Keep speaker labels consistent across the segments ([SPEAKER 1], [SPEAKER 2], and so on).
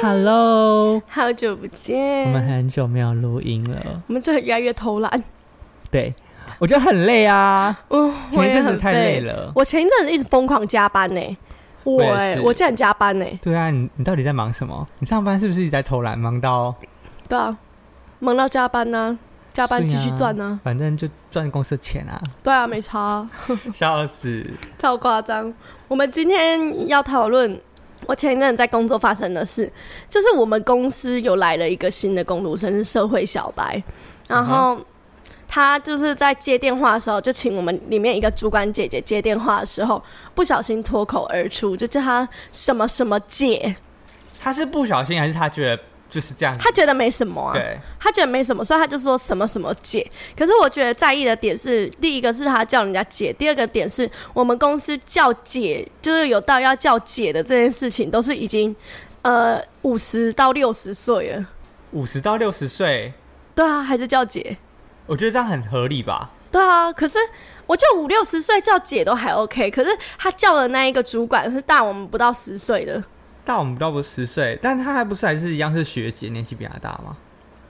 [SPEAKER 1] Hello，
[SPEAKER 2] 好久不见，
[SPEAKER 1] 我们很久没有录音了。
[SPEAKER 2] 我们这越来越偷懒，
[SPEAKER 1] 对，我觉得很累啊，
[SPEAKER 2] 嗯，我
[SPEAKER 1] 前一
[SPEAKER 2] 也
[SPEAKER 1] 阵子
[SPEAKER 2] 很
[SPEAKER 1] 太累。了。
[SPEAKER 2] 我前一阵子一直疯狂加班呢、我
[SPEAKER 1] 我也
[SPEAKER 2] 哎、
[SPEAKER 1] 是
[SPEAKER 2] 我竟然加班呢、
[SPEAKER 1] 对啊，你你到底在忙什么？你上班是不是一直在偷懒，忙到
[SPEAKER 2] 对啊，忙到加班呢、加班
[SPEAKER 1] 啊
[SPEAKER 2] 继续赚啊呢、
[SPEAKER 1] 反正就赚公司的钱啊？
[SPEAKER 2] 对啊，没差啊、
[SPEAKER 1] 笑死！
[SPEAKER 2] 超夸张。我们今天要讨论我前一阵在工作发生的事，就是我们公司有来了一个新的工读生，是社会小白，然后。他就是在接电话的时候，就请我们里面一个主管姐姐接电话的时候，不小心脱口而出，就叫他什么什么姐，
[SPEAKER 1] 他是不小心还是他觉得就是这样子？
[SPEAKER 2] 他觉得没什么啊，
[SPEAKER 1] 对，
[SPEAKER 2] 他觉得没什么，所以他就说什么什么姐。可是我觉得在意的点是，第一个是他叫人家姐，第二个点是我们公司叫姐，就是有到要叫姐的这件事情，都是已经呃五十到六十岁了，
[SPEAKER 1] 五十到六十岁，
[SPEAKER 2] 对啊，还是叫姐，
[SPEAKER 1] 我觉得这样很合理吧？
[SPEAKER 2] 对啊。可是我就五六十岁叫姐都还 OK，可是他叫的那一个主管是大我们不到十岁的，
[SPEAKER 1] 但我们不到不十岁，但他还不是还是一样是学姐，年纪比他大吗？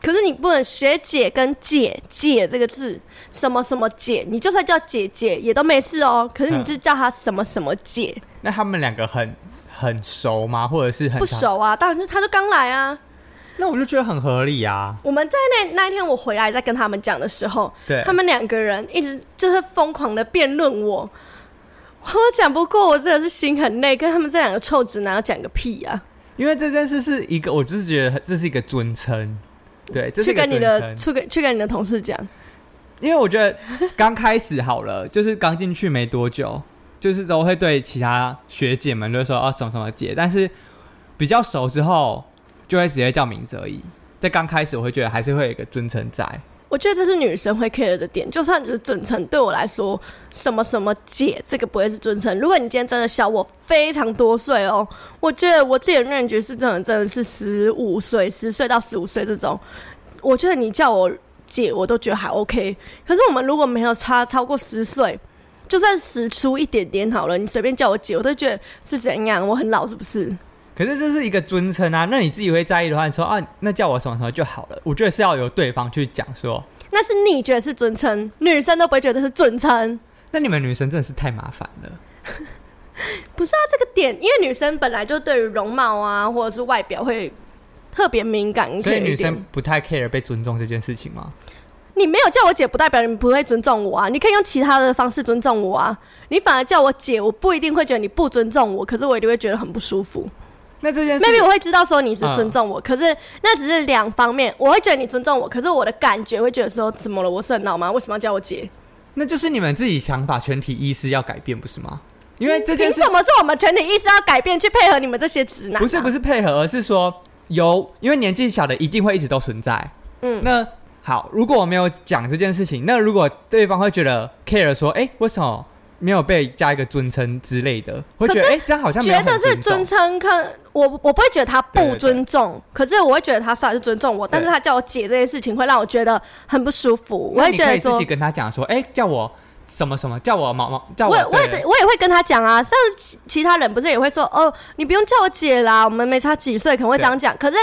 [SPEAKER 2] 可是你不能学姐跟姐姐这个字，什么什么姐，你就算叫姐姐也都没事哦。可是你就叫她什么什么姐，
[SPEAKER 1] 那他们两个很很熟吗？或者是很
[SPEAKER 2] 不
[SPEAKER 1] 常？
[SPEAKER 2] 熟啊，当然是她就刚来啊。
[SPEAKER 1] 那我就觉得很合理啊。
[SPEAKER 2] 我们在那那一天我回来在跟他们讲的时候，
[SPEAKER 1] 对
[SPEAKER 2] 他们两个人一直就是疯狂的辩论我，我讲不过，我真的是心很累，跟他们这两个臭直男要讲个屁啊！
[SPEAKER 1] 因为这件事是一个，我就是觉得这是一个尊称，对，这是
[SPEAKER 2] 去
[SPEAKER 1] 一个
[SPEAKER 2] 跟你
[SPEAKER 1] 尊
[SPEAKER 2] 的
[SPEAKER 1] 称。
[SPEAKER 2] 去跟去跟你的同事讲，
[SPEAKER 1] 因为我觉得刚开始好了，就是刚进去没多久，就是都会对其他学姐们就会说哦什么什么姐，但是比较熟之后就会直接叫名字而已。在刚开始，我会觉得还是会有一个尊称在。
[SPEAKER 2] 我觉得这是女生会 care 的点，就算只是尊称，对我来说，什么什么姐这个不会是尊称。如果你今天真的小我非常多岁哦，我觉得我自己的认觉是真的，真的是十五岁、十岁到十五岁这种，我觉得你叫我姐，我都觉得还 OK。可是我们如果没有差超过十岁，就算十出一点点好了，你随便叫我姐，我都觉得是怎样，我很老是不是？
[SPEAKER 1] 可是这是一个尊称啊，那你自己会在意的话，你说啊，那叫我什么什么就好了。我觉得是要由对方去讲说，
[SPEAKER 2] 那是你觉得是尊称，女生都不会觉得是尊称。
[SPEAKER 1] 那你们女生真的是太麻烦了。
[SPEAKER 2] 不是啊，这个点，因为女生本来就对于容貌啊，或者是外表会特别敏感，
[SPEAKER 1] 所
[SPEAKER 2] 可
[SPEAKER 1] 以
[SPEAKER 2] 以
[SPEAKER 1] 女
[SPEAKER 2] 一点
[SPEAKER 1] 生不太 care 被尊重这件事情吗？
[SPEAKER 2] 你没有叫我姐，不代表你不会尊重我啊。你可以用其他的方式尊重我啊。 你反而叫我姐，我不一定会觉得你不尊重我，可是我一定会觉得很不舒 服。
[SPEAKER 1] 那这件事
[SPEAKER 2] maybe 我会知道说你是尊重我，可是那只是两方面，我会觉得你尊重我，可是我的感觉会觉得说怎么了？我是很老吗？为什么要叫我姐？
[SPEAKER 1] 那就是你们自己想法、全体意识要改变，不是吗？因为这件
[SPEAKER 2] 凭
[SPEAKER 1] 事
[SPEAKER 2] 什么是我们全体意识要改变去配合你们这些直男、啊
[SPEAKER 1] 不是不
[SPEAKER 2] 是，
[SPEAKER 1] 是配合，而是说有，因为年纪小的一定会一直都存在。
[SPEAKER 2] 嗯
[SPEAKER 1] 那好，如果我没有讲这件事情，那如果对方会觉得 care 说，哎、为什么没有被加一个尊称之类的，会觉得
[SPEAKER 2] 可
[SPEAKER 1] 哎、
[SPEAKER 2] 是
[SPEAKER 1] 诶这样好像没有
[SPEAKER 2] 觉
[SPEAKER 1] 很
[SPEAKER 2] 得是尊
[SPEAKER 1] 尊重。
[SPEAKER 2] 称，可我我不会觉得他不尊重，可是我会觉得他算是尊重我，但是他叫我姐这件事情会让我觉得很不舒服，我
[SPEAKER 1] 那
[SPEAKER 2] 会
[SPEAKER 1] 你
[SPEAKER 2] 觉
[SPEAKER 1] 可
[SPEAKER 2] 得
[SPEAKER 1] 以自
[SPEAKER 2] 说
[SPEAKER 1] 己。跟他讲说，哎、叫我什么什么，叫我毛毛，叫
[SPEAKER 2] 我
[SPEAKER 1] 我
[SPEAKER 2] 也我也
[SPEAKER 1] 对
[SPEAKER 2] 我也会跟他讲啊，像其其他人不是也会说哦，你不用叫我姐啦，我们没差几岁，可能会这样讲。可是，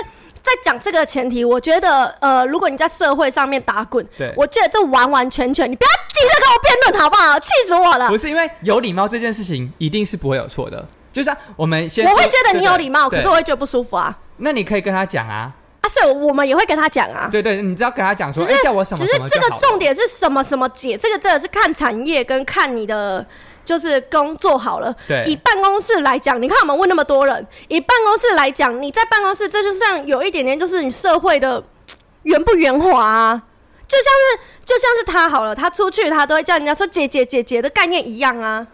[SPEAKER 2] 在讲这个前提，我觉得呃，如果你在社会上面打滚
[SPEAKER 1] 对，
[SPEAKER 2] 我觉得这完完全全，你不要急着跟我辩论好不好？气死我了！
[SPEAKER 1] 不是因为有礼貌这件事情一定是不会有错的，就像我们先
[SPEAKER 2] 我会
[SPEAKER 1] 说
[SPEAKER 2] 觉得你有礼貌，可
[SPEAKER 1] 对
[SPEAKER 2] 是我会觉得不舒服啊。
[SPEAKER 1] 那你可以跟他讲啊，
[SPEAKER 2] 啊，所以我们也会跟他讲啊。
[SPEAKER 1] 对对，你只要跟他讲说，哎、叫我什么
[SPEAKER 2] 只是
[SPEAKER 1] 什么
[SPEAKER 2] 这
[SPEAKER 1] 就
[SPEAKER 2] 个
[SPEAKER 1] 好了
[SPEAKER 2] 重点是什么什么姐，这个真的是看产业跟看你的就是工作好了。
[SPEAKER 1] 对
[SPEAKER 2] 以办公室来讲，你看我们问那么多人，以办公室来讲，你在办公室这就像有一点点就是你社会的嘖呃圆不圆滑、啊。就像是就像是他好了，他出去他都会叫人家说姐姐姐姐的概念一样啊。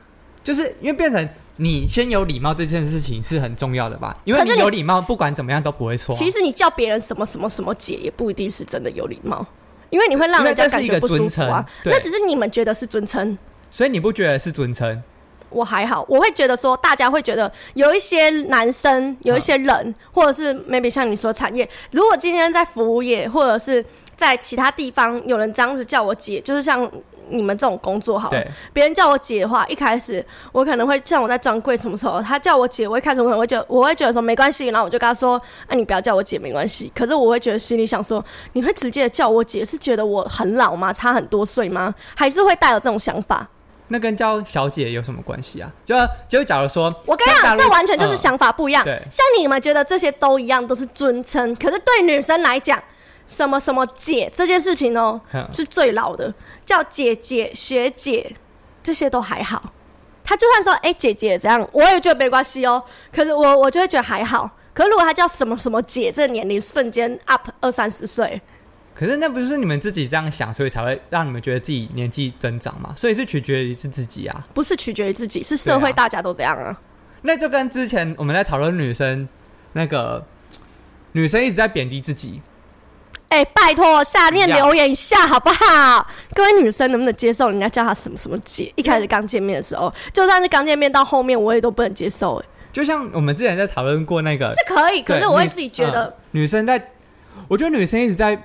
[SPEAKER 1] 就是因为变成你先有礼貌这件事情是很重要的吧？因为
[SPEAKER 2] 可是
[SPEAKER 1] 你
[SPEAKER 2] 你
[SPEAKER 1] 有礼貌，不管怎么样都不会错啊、
[SPEAKER 2] 其实你叫别人什么什么什么姐，也不一定是真的有礼貌，因为你会让人家
[SPEAKER 1] 因为这
[SPEAKER 2] 感
[SPEAKER 1] 是一
[SPEAKER 2] 觉
[SPEAKER 1] 个
[SPEAKER 2] 不舒
[SPEAKER 1] 尊
[SPEAKER 2] 服
[SPEAKER 1] 称
[SPEAKER 2] 啊。
[SPEAKER 1] 对
[SPEAKER 2] 那只是你们觉得是尊称。
[SPEAKER 1] 所以你不觉得是尊称？
[SPEAKER 2] 我还好，我会觉得说，大家会觉得有一些男生，有一些人，或者是 maybe 像你说产业，如果今天在服务业或者是在其他地方有人这样子叫我姐，就是像你们这种工作好了，
[SPEAKER 1] 对，
[SPEAKER 2] 别人叫我姐的话，一开始我可能会像我在专柜什么时候，他叫我姐，我一开始我可能会觉得嗯我会觉得说没关系，然后我就跟他说，啊，你不要叫我姐没关系。可是我会觉得心里想说，你会直接叫我姐是觉得我很老吗？差很多岁吗？还是会带有这种想法？
[SPEAKER 1] 那跟叫小姐有什么关系啊？就就假如说，
[SPEAKER 2] 我跟你
[SPEAKER 1] 像大
[SPEAKER 2] 讲，
[SPEAKER 1] 陆
[SPEAKER 2] 这完全就是
[SPEAKER 1] 嗯
[SPEAKER 2] 想法不一样。
[SPEAKER 1] 对
[SPEAKER 2] 像你们觉得这些都一样，都是尊称，可是对女生来讲，什么什么姐这件事情哦，
[SPEAKER 1] 哼
[SPEAKER 2] 是最老的，叫姐姐、学姐，这些都还好。他就算说哎、姐姐这样，我也觉得没关系哦。可是我我就会觉得还好。可是如果他叫什么什么姐，这个年龄瞬间 up 二三十岁，
[SPEAKER 1] 可是那不是你们自己这样想，所以才会让你们觉得自己年纪增长嘛？所以是取决于是自己啊。
[SPEAKER 2] 不是取决于自己，是社
[SPEAKER 1] 对
[SPEAKER 2] 会
[SPEAKER 1] 啊
[SPEAKER 2] 大家都这样啊。
[SPEAKER 1] 那就跟之前我们在讨论女生那个女生一直在贬低自己，
[SPEAKER 2] 哎、拜托，下面
[SPEAKER 1] 一样
[SPEAKER 2] 留言一下好不好？各位女生能不能接受人家叫她什么什么姐？一开始刚见面的时候，就算是刚见面到后面，我也都不能接受、哎，
[SPEAKER 1] 就像我们之前在讨论过那个，
[SPEAKER 2] 是可以，可
[SPEAKER 1] 对
[SPEAKER 2] 是我会
[SPEAKER 1] 女
[SPEAKER 2] 自己觉得
[SPEAKER 1] 嗯，女生在，我觉得女生一直在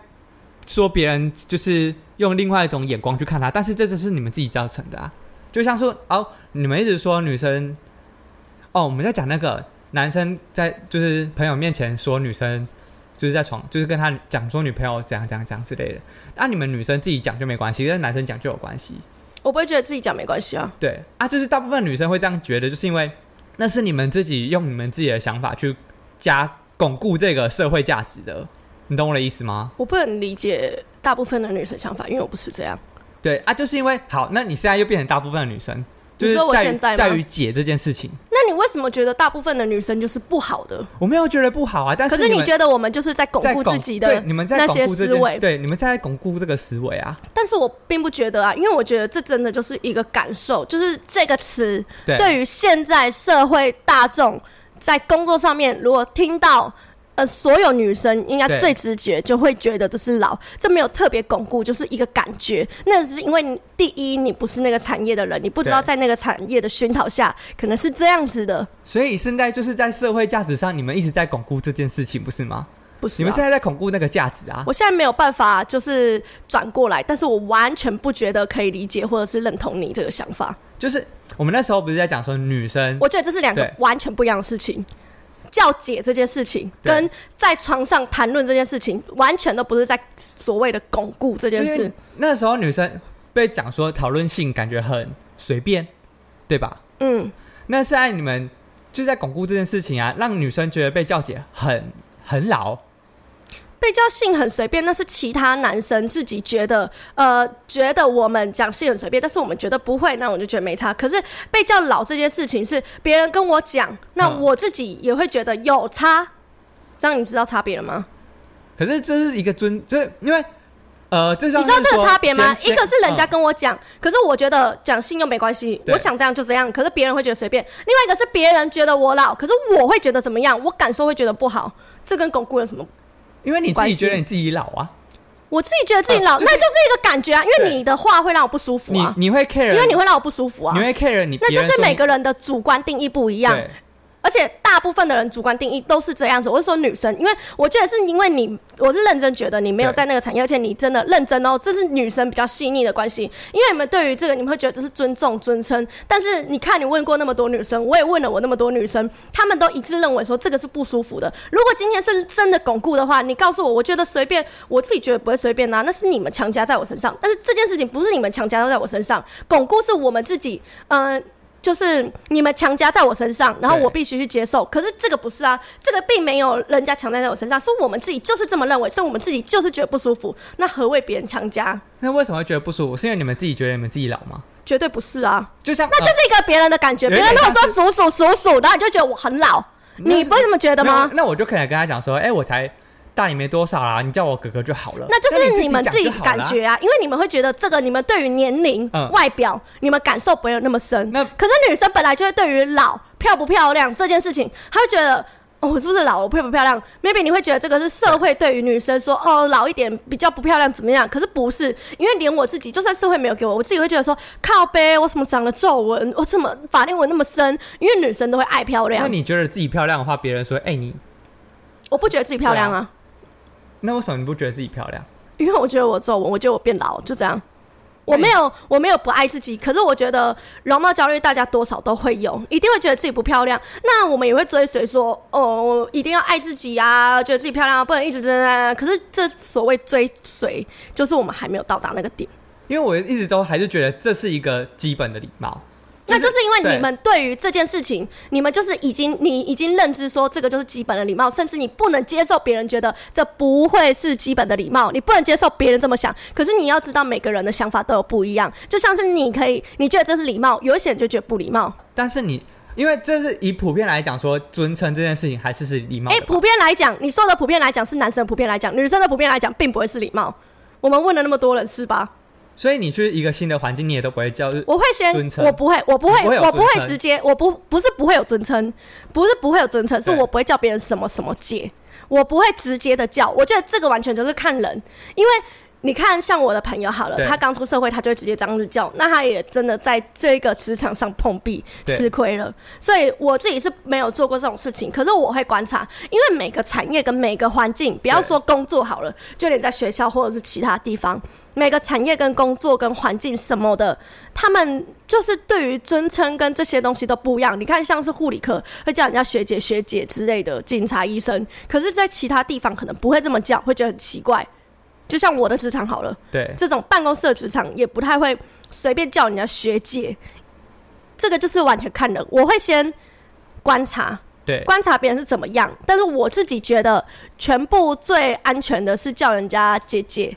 [SPEAKER 1] 说别人就是用另外一种眼光去看她，但是这就是你们自己造成的啊。就像说哦，你们一直说女生，哦，我们在讲那个男生在就是朋友面前说女生就是在床，就是跟他讲说女朋友怎样怎样怎样之类的，那、你们女生自己讲就没关系，但是男生讲就有关系。
[SPEAKER 2] 我不会觉得自己讲没关系啊。
[SPEAKER 1] 对啊，就是大部分女生会这样觉得，就是因为那是你们自己用你们自己的想法去加巩固这个社会价值的，你懂我的意思吗？
[SPEAKER 2] 我不能理解大部分的女生想法，因为我不是这样。
[SPEAKER 1] 对啊，就是因为好，那你现在又变成大部分的女生，就是
[SPEAKER 2] 你说我
[SPEAKER 1] 在于
[SPEAKER 2] 现在吗
[SPEAKER 1] 在于解这件事情，
[SPEAKER 2] 那你为什么觉得大部分的女生就是不好的？
[SPEAKER 1] 我没有觉得不好啊，但
[SPEAKER 2] 可
[SPEAKER 1] 是
[SPEAKER 2] 你
[SPEAKER 1] 们
[SPEAKER 2] 觉得我们就是在巩
[SPEAKER 1] 在
[SPEAKER 2] 固
[SPEAKER 1] 巩
[SPEAKER 2] 自己
[SPEAKER 1] 对
[SPEAKER 2] 的
[SPEAKER 1] 你们在
[SPEAKER 2] 那些
[SPEAKER 1] 巩固这
[SPEAKER 2] 思
[SPEAKER 1] 件事，
[SPEAKER 2] 维，
[SPEAKER 1] 对你们在巩固这个思维啊，
[SPEAKER 2] 但是我并不觉得啊，因为我觉得这真的就是一个感受，就是这个词
[SPEAKER 1] 对
[SPEAKER 2] 对于现在社会大众在工作上面，如果听到呃所有女生应该
[SPEAKER 1] 对
[SPEAKER 2] 最直觉就会觉得这是老，这没有特别巩固，就是一个感觉。那是因为你第一你不是那个产业的人，你不知道
[SPEAKER 1] 对
[SPEAKER 2] 在那个产业的熏陶下可能是这样子的，
[SPEAKER 1] 所以现在就是在社会价值上，你们一直在巩固这件事情，不是吗？
[SPEAKER 2] 不是、
[SPEAKER 1] 你
[SPEAKER 2] 啊
[SPEAKER 1] 们？现在在巩固那个价值啊，
[SPEAKER 2] 我现在没有办法，就是转过来，但是我完全不觉得可以理解或者是认同你这个想法。
[SPEAKER 1] 就是我们那时候不是在讲说女生
[SPEAKER 2] 我觉得这是两个
[SPEAKER 1] 对
[SPEAKER 2] 完全不一样的事情。叫姐这件事情，
[SPEAKER 1] 对
[SPEAKER 2] 跟在床上谈论这件事情，完全都不是在所谓的巩固这件
[SPEAKER 1] 就
[SPEAKER 2] 事
[SPEAKER 1] 是。那时候女生被讲说讨论性感觉很随便，对吧？
[SPEAKER 2] 嗯，
[SPEAKER 1] 那现在你们就在巩固这件事情啊，让女生觉得被叫姐很很老，
[SPEAKER 2] 被叫性很随便，那是其他男生自己觉得，呃，觉得我们讲性很随便，但是我们觉得不会，那我就觉得没差。可是被叫老这件事情是别人跟我讲，那
[SPEAKER 1] 嗯
[SPEAKER 2] 我自己也会觉得有差。这样你知道差别了吗？
[SPEAKER 1] 可是这是一个尊，这因为呃，这
[SPEAKER 2] 你知道这个差别吗？一个是人家
[SPEAKER 1] 嗯
[SPEAKER 2] 跟我讲，可是我觉得讲信用没关系，
[SPEAKER 1] 对
[SPEAKER 2] 我想这样就这样，可是别人会觉得随便；另外一个是别人觉得我老，可是我会觉得怎么样，我感受会觉得不好，这跟巩固有什么？
[SPEAKER 1] 因为你自
[SPEAKER 2] 关
[SPEAKER 1] 己
[SPEAKER 2] 系
[SPEAKER 1] 觉得你自己老啊，
[SPEAKER 2] 我自己觉得自己老，
[SPEAKER 1] 嗯就是
[SPEAKER 2] 那就是一个感觉啊，因为
[SPEAKER 1] 对
[SPEAKER 2] 你的话会让我不舒服
[SPEAKER 1] 你
[SPEAKER 2] 啊，
[SPEAKER 1] 你会 care，
[SPEAKER 2] 因为你会让我不舒服啊
[SPEAKER 1] 你，会 care 你
[SPEAKER 2] 那
[SPEAKER 1] 别
[SPEAKER 2] 就
[SPEAKER 1] 人
[SPEAKER 2] 是
[SPEAKER 1] 说你
[SPEAKER 2] 每个人的主观定义不一样。
[SPEAKER 1] 对
[SPEAKER 2] 而且大部分的人主观定义都是这样子。我是说女生，因为我觉得是因为你，我是认真觉得你没有
[SPEAKER 1] 对
[SPEAKER 2] 在那个产业，而且你真的认真哦，这是女生比较细腻的关系。因为你们对于这个，你们会觉得这是尊重、尊称。但是你看，你问过那么多女生，我也问了我那么多女生，她们都一致认为说这个是不舒服的。如果今天是真的巩固的话，你告诉我，我觉得随便，我自己觉得不会随便啦、啊那是你们强加在我身上。但是这件事情不是你们强加在我身上，巩固是我们自己，嗯、就是你们强加在我身上，然后我
[SPEAKER 1] 对
[SPEAKER 2] 必须去接受。可是这个不是啊，这个并没有人家强加在我身上，是我们自己就是这么认为，是我们自己就是觉得不舒服。那何谓别人强加？
[SPEAKER 1] 那为什么会觉得不舒服？是因为你们自己觉得你们自己老吗？
[SPEAKER 2] 绝对不是啊，
[SPEAKER 1] 就像
[SPEAKER 2] 那就是一个别人的感觉。
[SPEAKER 1] 有
[SPEAKER 2] 别
[SPEAKER 1] 一
[SPEAKER 2] 人如果
[SPEAKER 1] 点像
[SPEAKER 2] 说数数数数，然后你就觉得我很老，
[SPEAKER 1] 那
[SPEAKER 2] 你
[SPEAKER 1] 是
[SPEAKER 2] 不会这么觉得
[SPEAKER 1] 那
[SPEAKER 2] 吗？
[SPEAKER 1] 那我就可能跟他讲说，哎、我才大你没多少啦，你叫我哥哥就好了。
[SPEAKER 2] 那就是你们
[SPEAKER 1] 讲
[SPEAKER 2] 自己
[SPEAKER 1] 就好
[SPEAKER 2] 感
[SPEAKER 1] 啦
[SPEAKER 2] 觉啊，因为你们会觉得这个，你们对于年龄、
[SPEAKER 1] 嗯
[SPEAKER 2] 外表，你们感受不会有那么深。
[SPEAKER 1] 那
[SPEAKER 2] 可是女生本来就会对于老漂不漂亮这件事情，她会觉得。哦我是不是老？我漂不漂亮？maybe 你会觉得这个是社会对于女生说哦老一点比较不漂亮怎么样？可是不是，因为连我自己，就算社会没有给我，我自己会觉得说靠背，我怎么长了皱纹，我怎么法令纹那么深？因为女生都会爱漂
[SPEAKER 1] 那
[SPEAKER 2] 亮，
[SPEAKER 1] 你觉得自己漂亮的话，别人说，哎、你
[SPEAKER 2] 我不觉得自己漂亮
[SPEAKER 1] 对
[SPEAKER 2] 啊，
[SPEAKER 1] 那为什么你不觉得自己漂亮？
[SPEAKER 2] 因为我觉得我皱纹，我觉得我变老，就这样。我没有，我没有不爱自己，可是我觉得容貌焦虑大家多少都会有，一定会觉得自己不漂亮。那我们也会追随说，哦，我一定要爱自己啊，觉得自己漂亮啊，不能一直这样。可是这所谓追随，就是我们还没有到达那个点。
[SPEAKER 1] 因为我一直都还是觉得这是一个基本的礼貌。
[SPEAKER 2] 那就是因为
[SPEAKER 1] 对
[SPEAKER 2] 你们对于这件事情，你们就是已经你已经认知说这个就是基本的礼貌，甚至你不能接受别人觉得这不会是基本的礼貌，你不能接受别人这么想。可是你要知道每个人的想法都有不一样，就像是你可以你觉得这是礼貌，有一些人就觉得不礼貌。
[SPEAKER 1] 但是你，因为这是以普遍来讲说，尊称这件事情还是是礼貌
[SPEAKER 2] 哎、
[SPEAKER 1] 的吧。
[SPEAKER 2] 普遍来讲，你说的普遍来讲是男生的普遍来讲，女生的普遍来讲并不会是礼貌。我们问了那么多人是吧？
[SPEAKER 1] 所以你去一个新的环境，你也都不会叫。
[SPEAKER 2] 我会先
[SPEAKER 1] 尊，称
[SPEAKER 2] 我不会，我不会
[SPEAKER 1] 你不会，有
[SPEAKER 2] 我不
[SPEAKER 1] 尊
[SPEAKER 2] 会
[SPEAKER 1] 称
[SPEAKER 2] 直接，我不不是不会有尊称，不是不会有尊称，是
[SPEAKER 1] 对
[SPEAKER 2] 我不会叫别人什么什么姐，我不会直接的叫。我觉得这个完全就是看人，因为你看像我的朋友好了，
[SPEAKER 1] 对
[SPEAKER 2] 他刚出社会，他就会直接这样子叫，那他也真的在这个职场上碰壁，
[SPEAKER 1] 对
[SPEAKER 2] 吃亏了。所以我自己是没有做过这种事情，可是我会观察，因为每个产业跟每个环境，不要
[SPEAKER 1] 对
[SPEAKER 2] 说工作好了，就连在学校或者是其他地方，每个产业跟工作跟环境什么的，他们就是对于尊称跟这些东西都不一样。你看，像是护理科会叫人家学姐、学姐之类的，警察、医生，可是，在其他地方可能不会这么叫，会觉得很奇怪。就像我的职场好了，
[SPEAKER 1] 对，
[SPEAKER 2] 这种办公室的职场也不太会随便叫人家学姐，这个就是完全看人。我会先观察，
[SPEAKER 1] 对，
[SPEAKER 2] 观察别人是怎么样，但是我自己觉得全部最安全的是叫人家姐姐，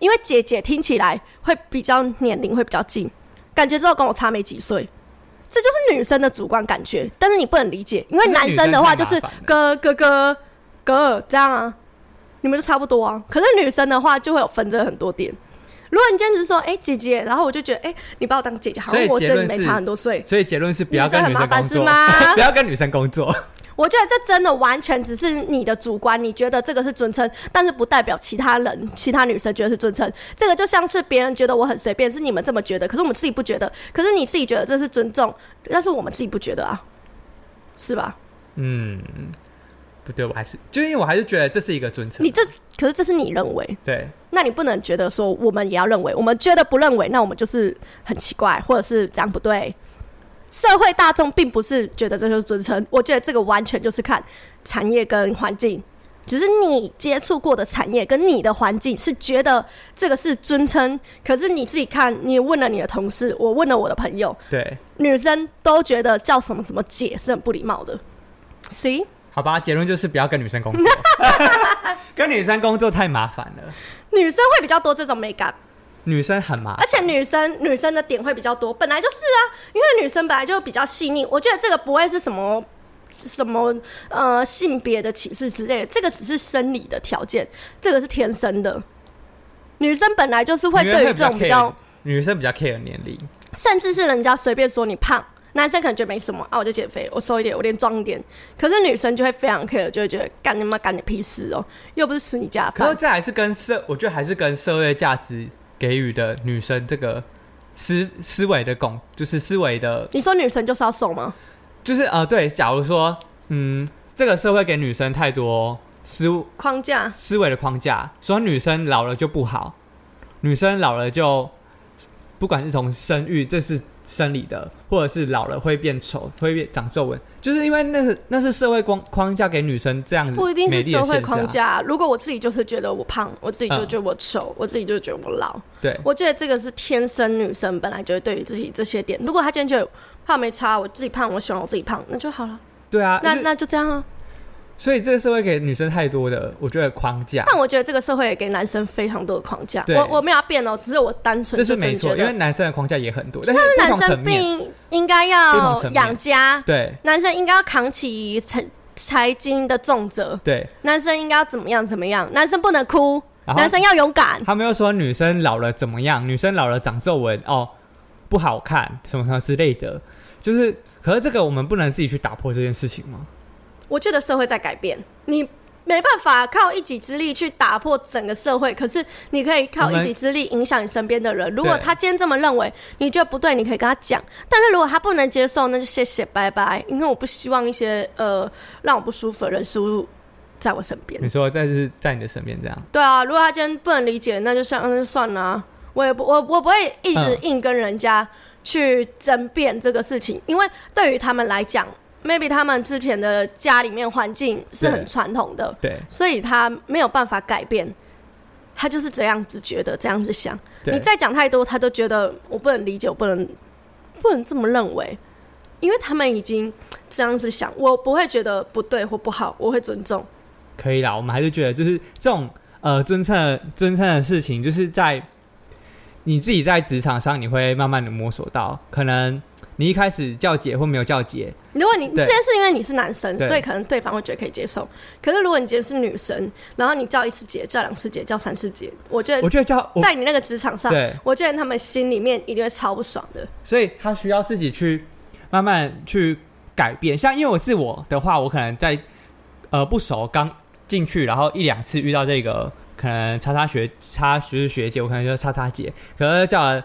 [SPEAKER 2] 因为姐姐听起来会比较年龄会比较近，感觉之后跟我差没几岁。这就是女生的主观感觉，但是你不能理解，因为
[SPEAKER 1] 可是
[SPEAKER 2] 男
[SPEAKER 1] 女
[SPEAKER 2] 生
[SPEAKER 1] 生
[SPEAKER 2] 的
[SPEAKER 1] 太
[SPEAKER 2] 话
[SPEAKER 1] 麻
[SPEAKER 2] 就是
[SPEAKER 1] 烦了
[SPEAKER 2] 哥哥哥哥这样啊，你们就差不多啊。可是女生的话就会有分这很多点。如果你坚持说，哎、姐姐，然后我就觉得，哎、你把我当姐姐，好
[SPEAKER 1] 所
[SPEAKER 2] 像
[SPEAKER 1] 以
[SPEAKER 2] 我
[SPEAKER 1] 结
[SPEAKER 2] 真的
[SPEAKER 1] 论
[SPEAKER 2] 没
[SPEAKER 1] 是
[SPEAKER 2] 差很多岁。
[SPEAKER 1] 所以结论是不要跟女
[SPEAKER 2] 女生很麻烦
[SPEAKER 1] 生工作
[SPEAKER 2] 是吗，
[SPEAKER 1] 不要跟女生工作。
[SPEAKER 2] 我觉得这真的完全只是你的主观，你觉得这个是尊称，但是不代表其他人、其他女生觉得是尊称。这个就像是别人觉得我很随便，是你们这么觉得，可是我们自己不觉得，可是你自己觉得这是尊重，但是我们自己不觉得啊，是吧？
[SPEAKER 1] 嗯，不对，我还是就是因为我还是觉得这是一个尊称
[SPEAKER 2] 你。这可是这是你认为，
[SPEAKER 1] 对，
[SPEAKER 2] 那你不能觉得说我们也要认为，我们觉得不认为，那我们就是很奇怪，或者是这样不对。社会大众并不是觉得这就是尊称，我觉得这个完全就是看产业跟环境，只是你接触过的产业跟你的环境是觉得这个是尊称，可是你自己看，你问了你的同事，我问了我的朋友，
[SPEAKER 1] 对，
[SPEAKER 2] 女生都觉得叫什么什么姐是很不礼貌的。行，
[SPEAKER 1] 好吧，结论就是不要跟女生 工作，跟女生工作太麻烦了，
[SPEAKER 2] 女生会比较多这种美感，
[SPEAKER 1] 女生很麻
[SPEAKER 2] 而
[SPEAKER 1] 烦。
[SPEAKER 2] 且女生女生的点会比较多，本来就是啊，因为女生本来就比较细腻。我觉得这个不会是什么什么呃性别的歧视之类的，这个只是生理的条件，这个是天生的。女生本来就是会
[SPEAKER 1] 女
[SPEAKER 2] 对
[SPEAKER 1] 生
[SPEAKER 2] 于这种比
[SPEAKER 1] 比
[SPEAKER 2] 较
[SPEAKER 1] care，，女生比较 care 年龄，
[SPEAKER 2] 甚至是人家随便说你胖，男生可能觉得没什么啊，我就减肥，我瘦一点，我练壮一点。可是女生就会非常 care，就会觉得干你妈干你屁事哦，又不是吃你家的
[SPEAKER 1] 可
[SPEAKER 2] 饭
[SPEAKER 1] 是。这还是跟社，我觉得还是跟社会价值给予的女生这个思思维的拱，就是思维的，
[SPEAKER 2] 你说女生就是要瘦吗？
[SPEAKER 1] 就是呃，对，假如说，嗯，这个社会给女生太多思
[SPEAKER 2] 框架
[SPEAKER 1] 思维的框架，说女生老了就不好，女生老了就不管是从生育，这是生理的，或者是老了会变丑，会变长皱纹，就是因为那是那是社会框框架给女生这 样子
[SPEAKER 2] 不一定
[SPEAKER 1] 美
[SPEAKER 2] 是
[SPEAKER 1] 丽的
[SPEAKER 2] 社会
[SPEAKER 1] 限制啊嗯
[SPEAKER 2] 框，架。如果我自己就是觉得我胖，我自己就觉得我丑，我自己就觉得我老，
[SPEAKER 1] 对，
[SPEAKER 2] 我觉得这个是天生女生本来就会对于自己这些点。如果她今天觉得胖没差，我自己胖，我喜欢我自己胖，那就好了。
[SPEAKER 1] 对啊，
[SPEAKER 2] 那
[SPEAKER 1] 就是
[SPEAKER 2] 那就这样啊。
[SPEAKER 1] 所以这个社会给女生太多的，我觉得框架，
[SPEAKER 2] 但我觉得这个社会也给男生非常多的框架。
[SPEAKER 1] 对
[SPEAKER 2] 我我没有要变哦，只是我单纯
[SPEAKER 1] 这
[SPEAKER 2] 就是真的
[SPEAKER 1] 没
[SPEAKER 2] 觉
[SPEAKER 1] 错，因
[SPEAKER 2] 得，
[SPEAKER 1] 为男生的框架也很多，但是
[SPEAKER 2] 男
[SPEAKER 1] 不同层
[SPEAKER 2] 生
[SPEAKER 1] 面，
[SPEAKER 2] 并应该
[SPEAKER 1] 不同
[SPEAKER 2] 要
[SPEAKER 1] 层面
[SPEAKER 2] 养家，
[SPEAKER 1] 对
[SPEAKER 2] 男生应该要扛起财财经的重责，
[SPEAKER 1] 对，
[SPEAKER 2] 男生应该要怎么样怎么样，男生不能哭，
[SPEAKER 1] 然后
[SPEAKER 2] 男生要勇敢。
[SPEAKER 1] 他们又说女生老了怎么样，女生老了长皱纹哦，不好看什么什么之类的，就是，可是这个我们不能自己去打破这件事情吗？
[SPEAKER 2] 我觉得社会在改变，你没办法靠一己之力去打破整个社会，可是你可以靠
[SPEAKER 1] 我
[SPEAKER 2] 一
[SPEAKER 1] 们
[SPEAKER 2] 己之力影响你身边的人。如果
[SPEAKER 1] 对
[SPEAKER 2] 他今天这么认为，你觉得不对，你可以跟他讲。但是如果他不能接受，那就谢谢拜拜，因为我不希望一些呃让我不舒服的人事物在我身边
[SPEAKER 1] 你。说在是在你的身边这样，
[SPEAKER 2] 对啊，如果他今天不能理解，那就像那就算了啊、我也不我我不会一直
[SPEAKER 1] 嗯
[SPEAKER 2] 硬跟人家去争辩这个事情，因为对于他们来讲，maybe 他们之前的家里面环境是很
[SPEAKER 1] 对
[SPEAKER 2] 传统的，
[SPEAKER 1] 对
[SPEAKER 2] 所以他没有办法改变，他就是这样子觉得，这样子想。
[SPEAKER 1] 对，
[SPEAKER 2] 你再讲太多，他都觉得我不能理解，我不能不能这么认为，因为他们已经这样子想，我不会觉得不对或不好，我会尊重。
[SPEAKER 1] 可以啦，我们还是觉得就是这种呃尊称的尊称的事情，就是在你自己在职场上，你会慢慢的摸索到，可能你一开始叫姐或没有叫姐，
[SPEAKER 2] 如果你
[SPEAKER 1] 对
[SPEAKER 2] 这件事因为你是男生，
[SPEAKER 1] 对
[SPEAKER 2] 所以可能对方会觉得可以接受。可是如果你今天是女生，然后你叫一次姐、叫两次姐、叫三次姐，我觉得
[SPEAKER 1] 我觉得叫我
[SPEAKER 2] 在你那个职场上，
[SPEAKER 1] 对，
[SPEAKER 2] 我觉得他们心里面一定会超不爽的。
[SPEAKER 1] 所以他需要自己去慢慢去改变。像因为我是我的话，我可能在呃不熟刚进去，然后一两次遇到这个可能叉叉学叉就是学姐，我可能就叉叉姐，可是叫了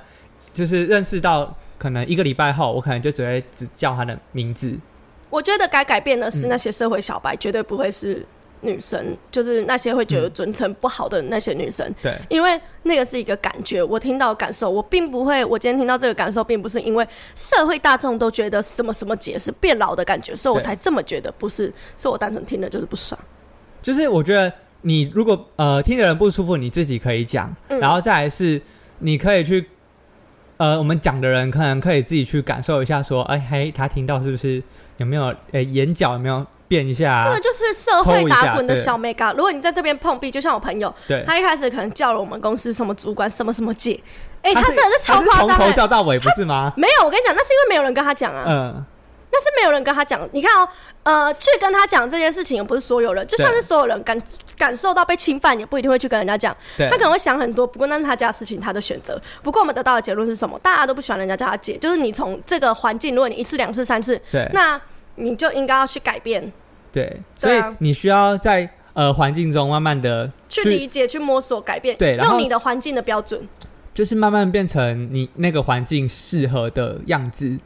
[SPEAKER 1] 就是认识到可能一个礼拜后，我可能就只会只叫她的名字。
[SPEAKER 2] 我觉得该改变的
[SPEAKER 1] 嗯
[SPEAKER 2] 是那些社会小白，绝对不会是女生，就是那些会觉得尊称不好的那些女生。
[SPEAKER 1] 对
[SPEAKER 2] 因为那个是一个感觉，我听到的感受，我并不会，我今天听到这个感受，并不是因为社会大众都觉得什么什么姐是变老的感觉，所以我
[SPEAKER 1] 对
[SPEAKER 2] 才这么觉得，不是，是我单纯听了就是不爽。
[SPEAKER 1] 就是我觉得你如果呃听的人不舒服，你自己可以讲，
[SPEAKER 2] 嗯
[SPEAKER 1] 然后再来是你可以去呃我们讲的人可能可以自己去感受一下，说哎嘿他听到是不是有没有呃眼角有没有变一下啊、
[SPEAKER 2] 这个就是社会
[SPEAKER 1] 抽一下
[SPEAKER 2] 打滚的
[SPEAKER 1] 对
[SPEAKER 2] 小 mega。如果你在这边碰壁，就像我朋友，
[SPEAKER 1] 对，
[SPEAKER 2] 他一开始可能叫了我们公司什么主管什么什么姐，哎、
[SPEAKER 1] 他
[SPEAKER 2] 他真的是超
[SPEAKER 1] 他
[SPEAKER 2] 夸
[SPEAKER 1] 从
[SPEAKER 2] 张
[SPEAKER 1] 头
[SPEAKER 2] 的、
[SPEAKER 1] 叫到尾不是吗？
[SPEAKER 2] 没有，我跟你讲，那是因为没有人跟他讲啊。
[SPEAKER 1] 嗯，
[SPEAKER 2] 但是没有人跟他讲。你看哦，呃，去跟他讲这件事情也不是所有人，就算是所有人感感受到被侵犯，也不一定会去跟人家讲。
[SPEAKER 1] 对
[SPEAKER 2] 他可能会想很多，不过那是他家的事情，他的选择。不过我们得到的结论是什么？大家都不喜欢人家叫他姐，就是你从这个环境，如果你一次、两次、三次，
[SPEAKER 1] 对
[SPEAKER 2] 那你就应该要去改变，
[SPEAKER 1] 对，所
[SPEAKER 2] 对
[SPEAKER 1] 以
[SPEAKER 2] 啊
[SPEAKER 1] 你需要在呃环境中慢慢的
[SPEAKER 2] 去理解、去摸索、改变，
[SPEAKER 1] 对然后
[SPEAKER 2] 用你的环境的标准。
[SPEAKER 1] 就是慢慢变成你那个环境适合的样子。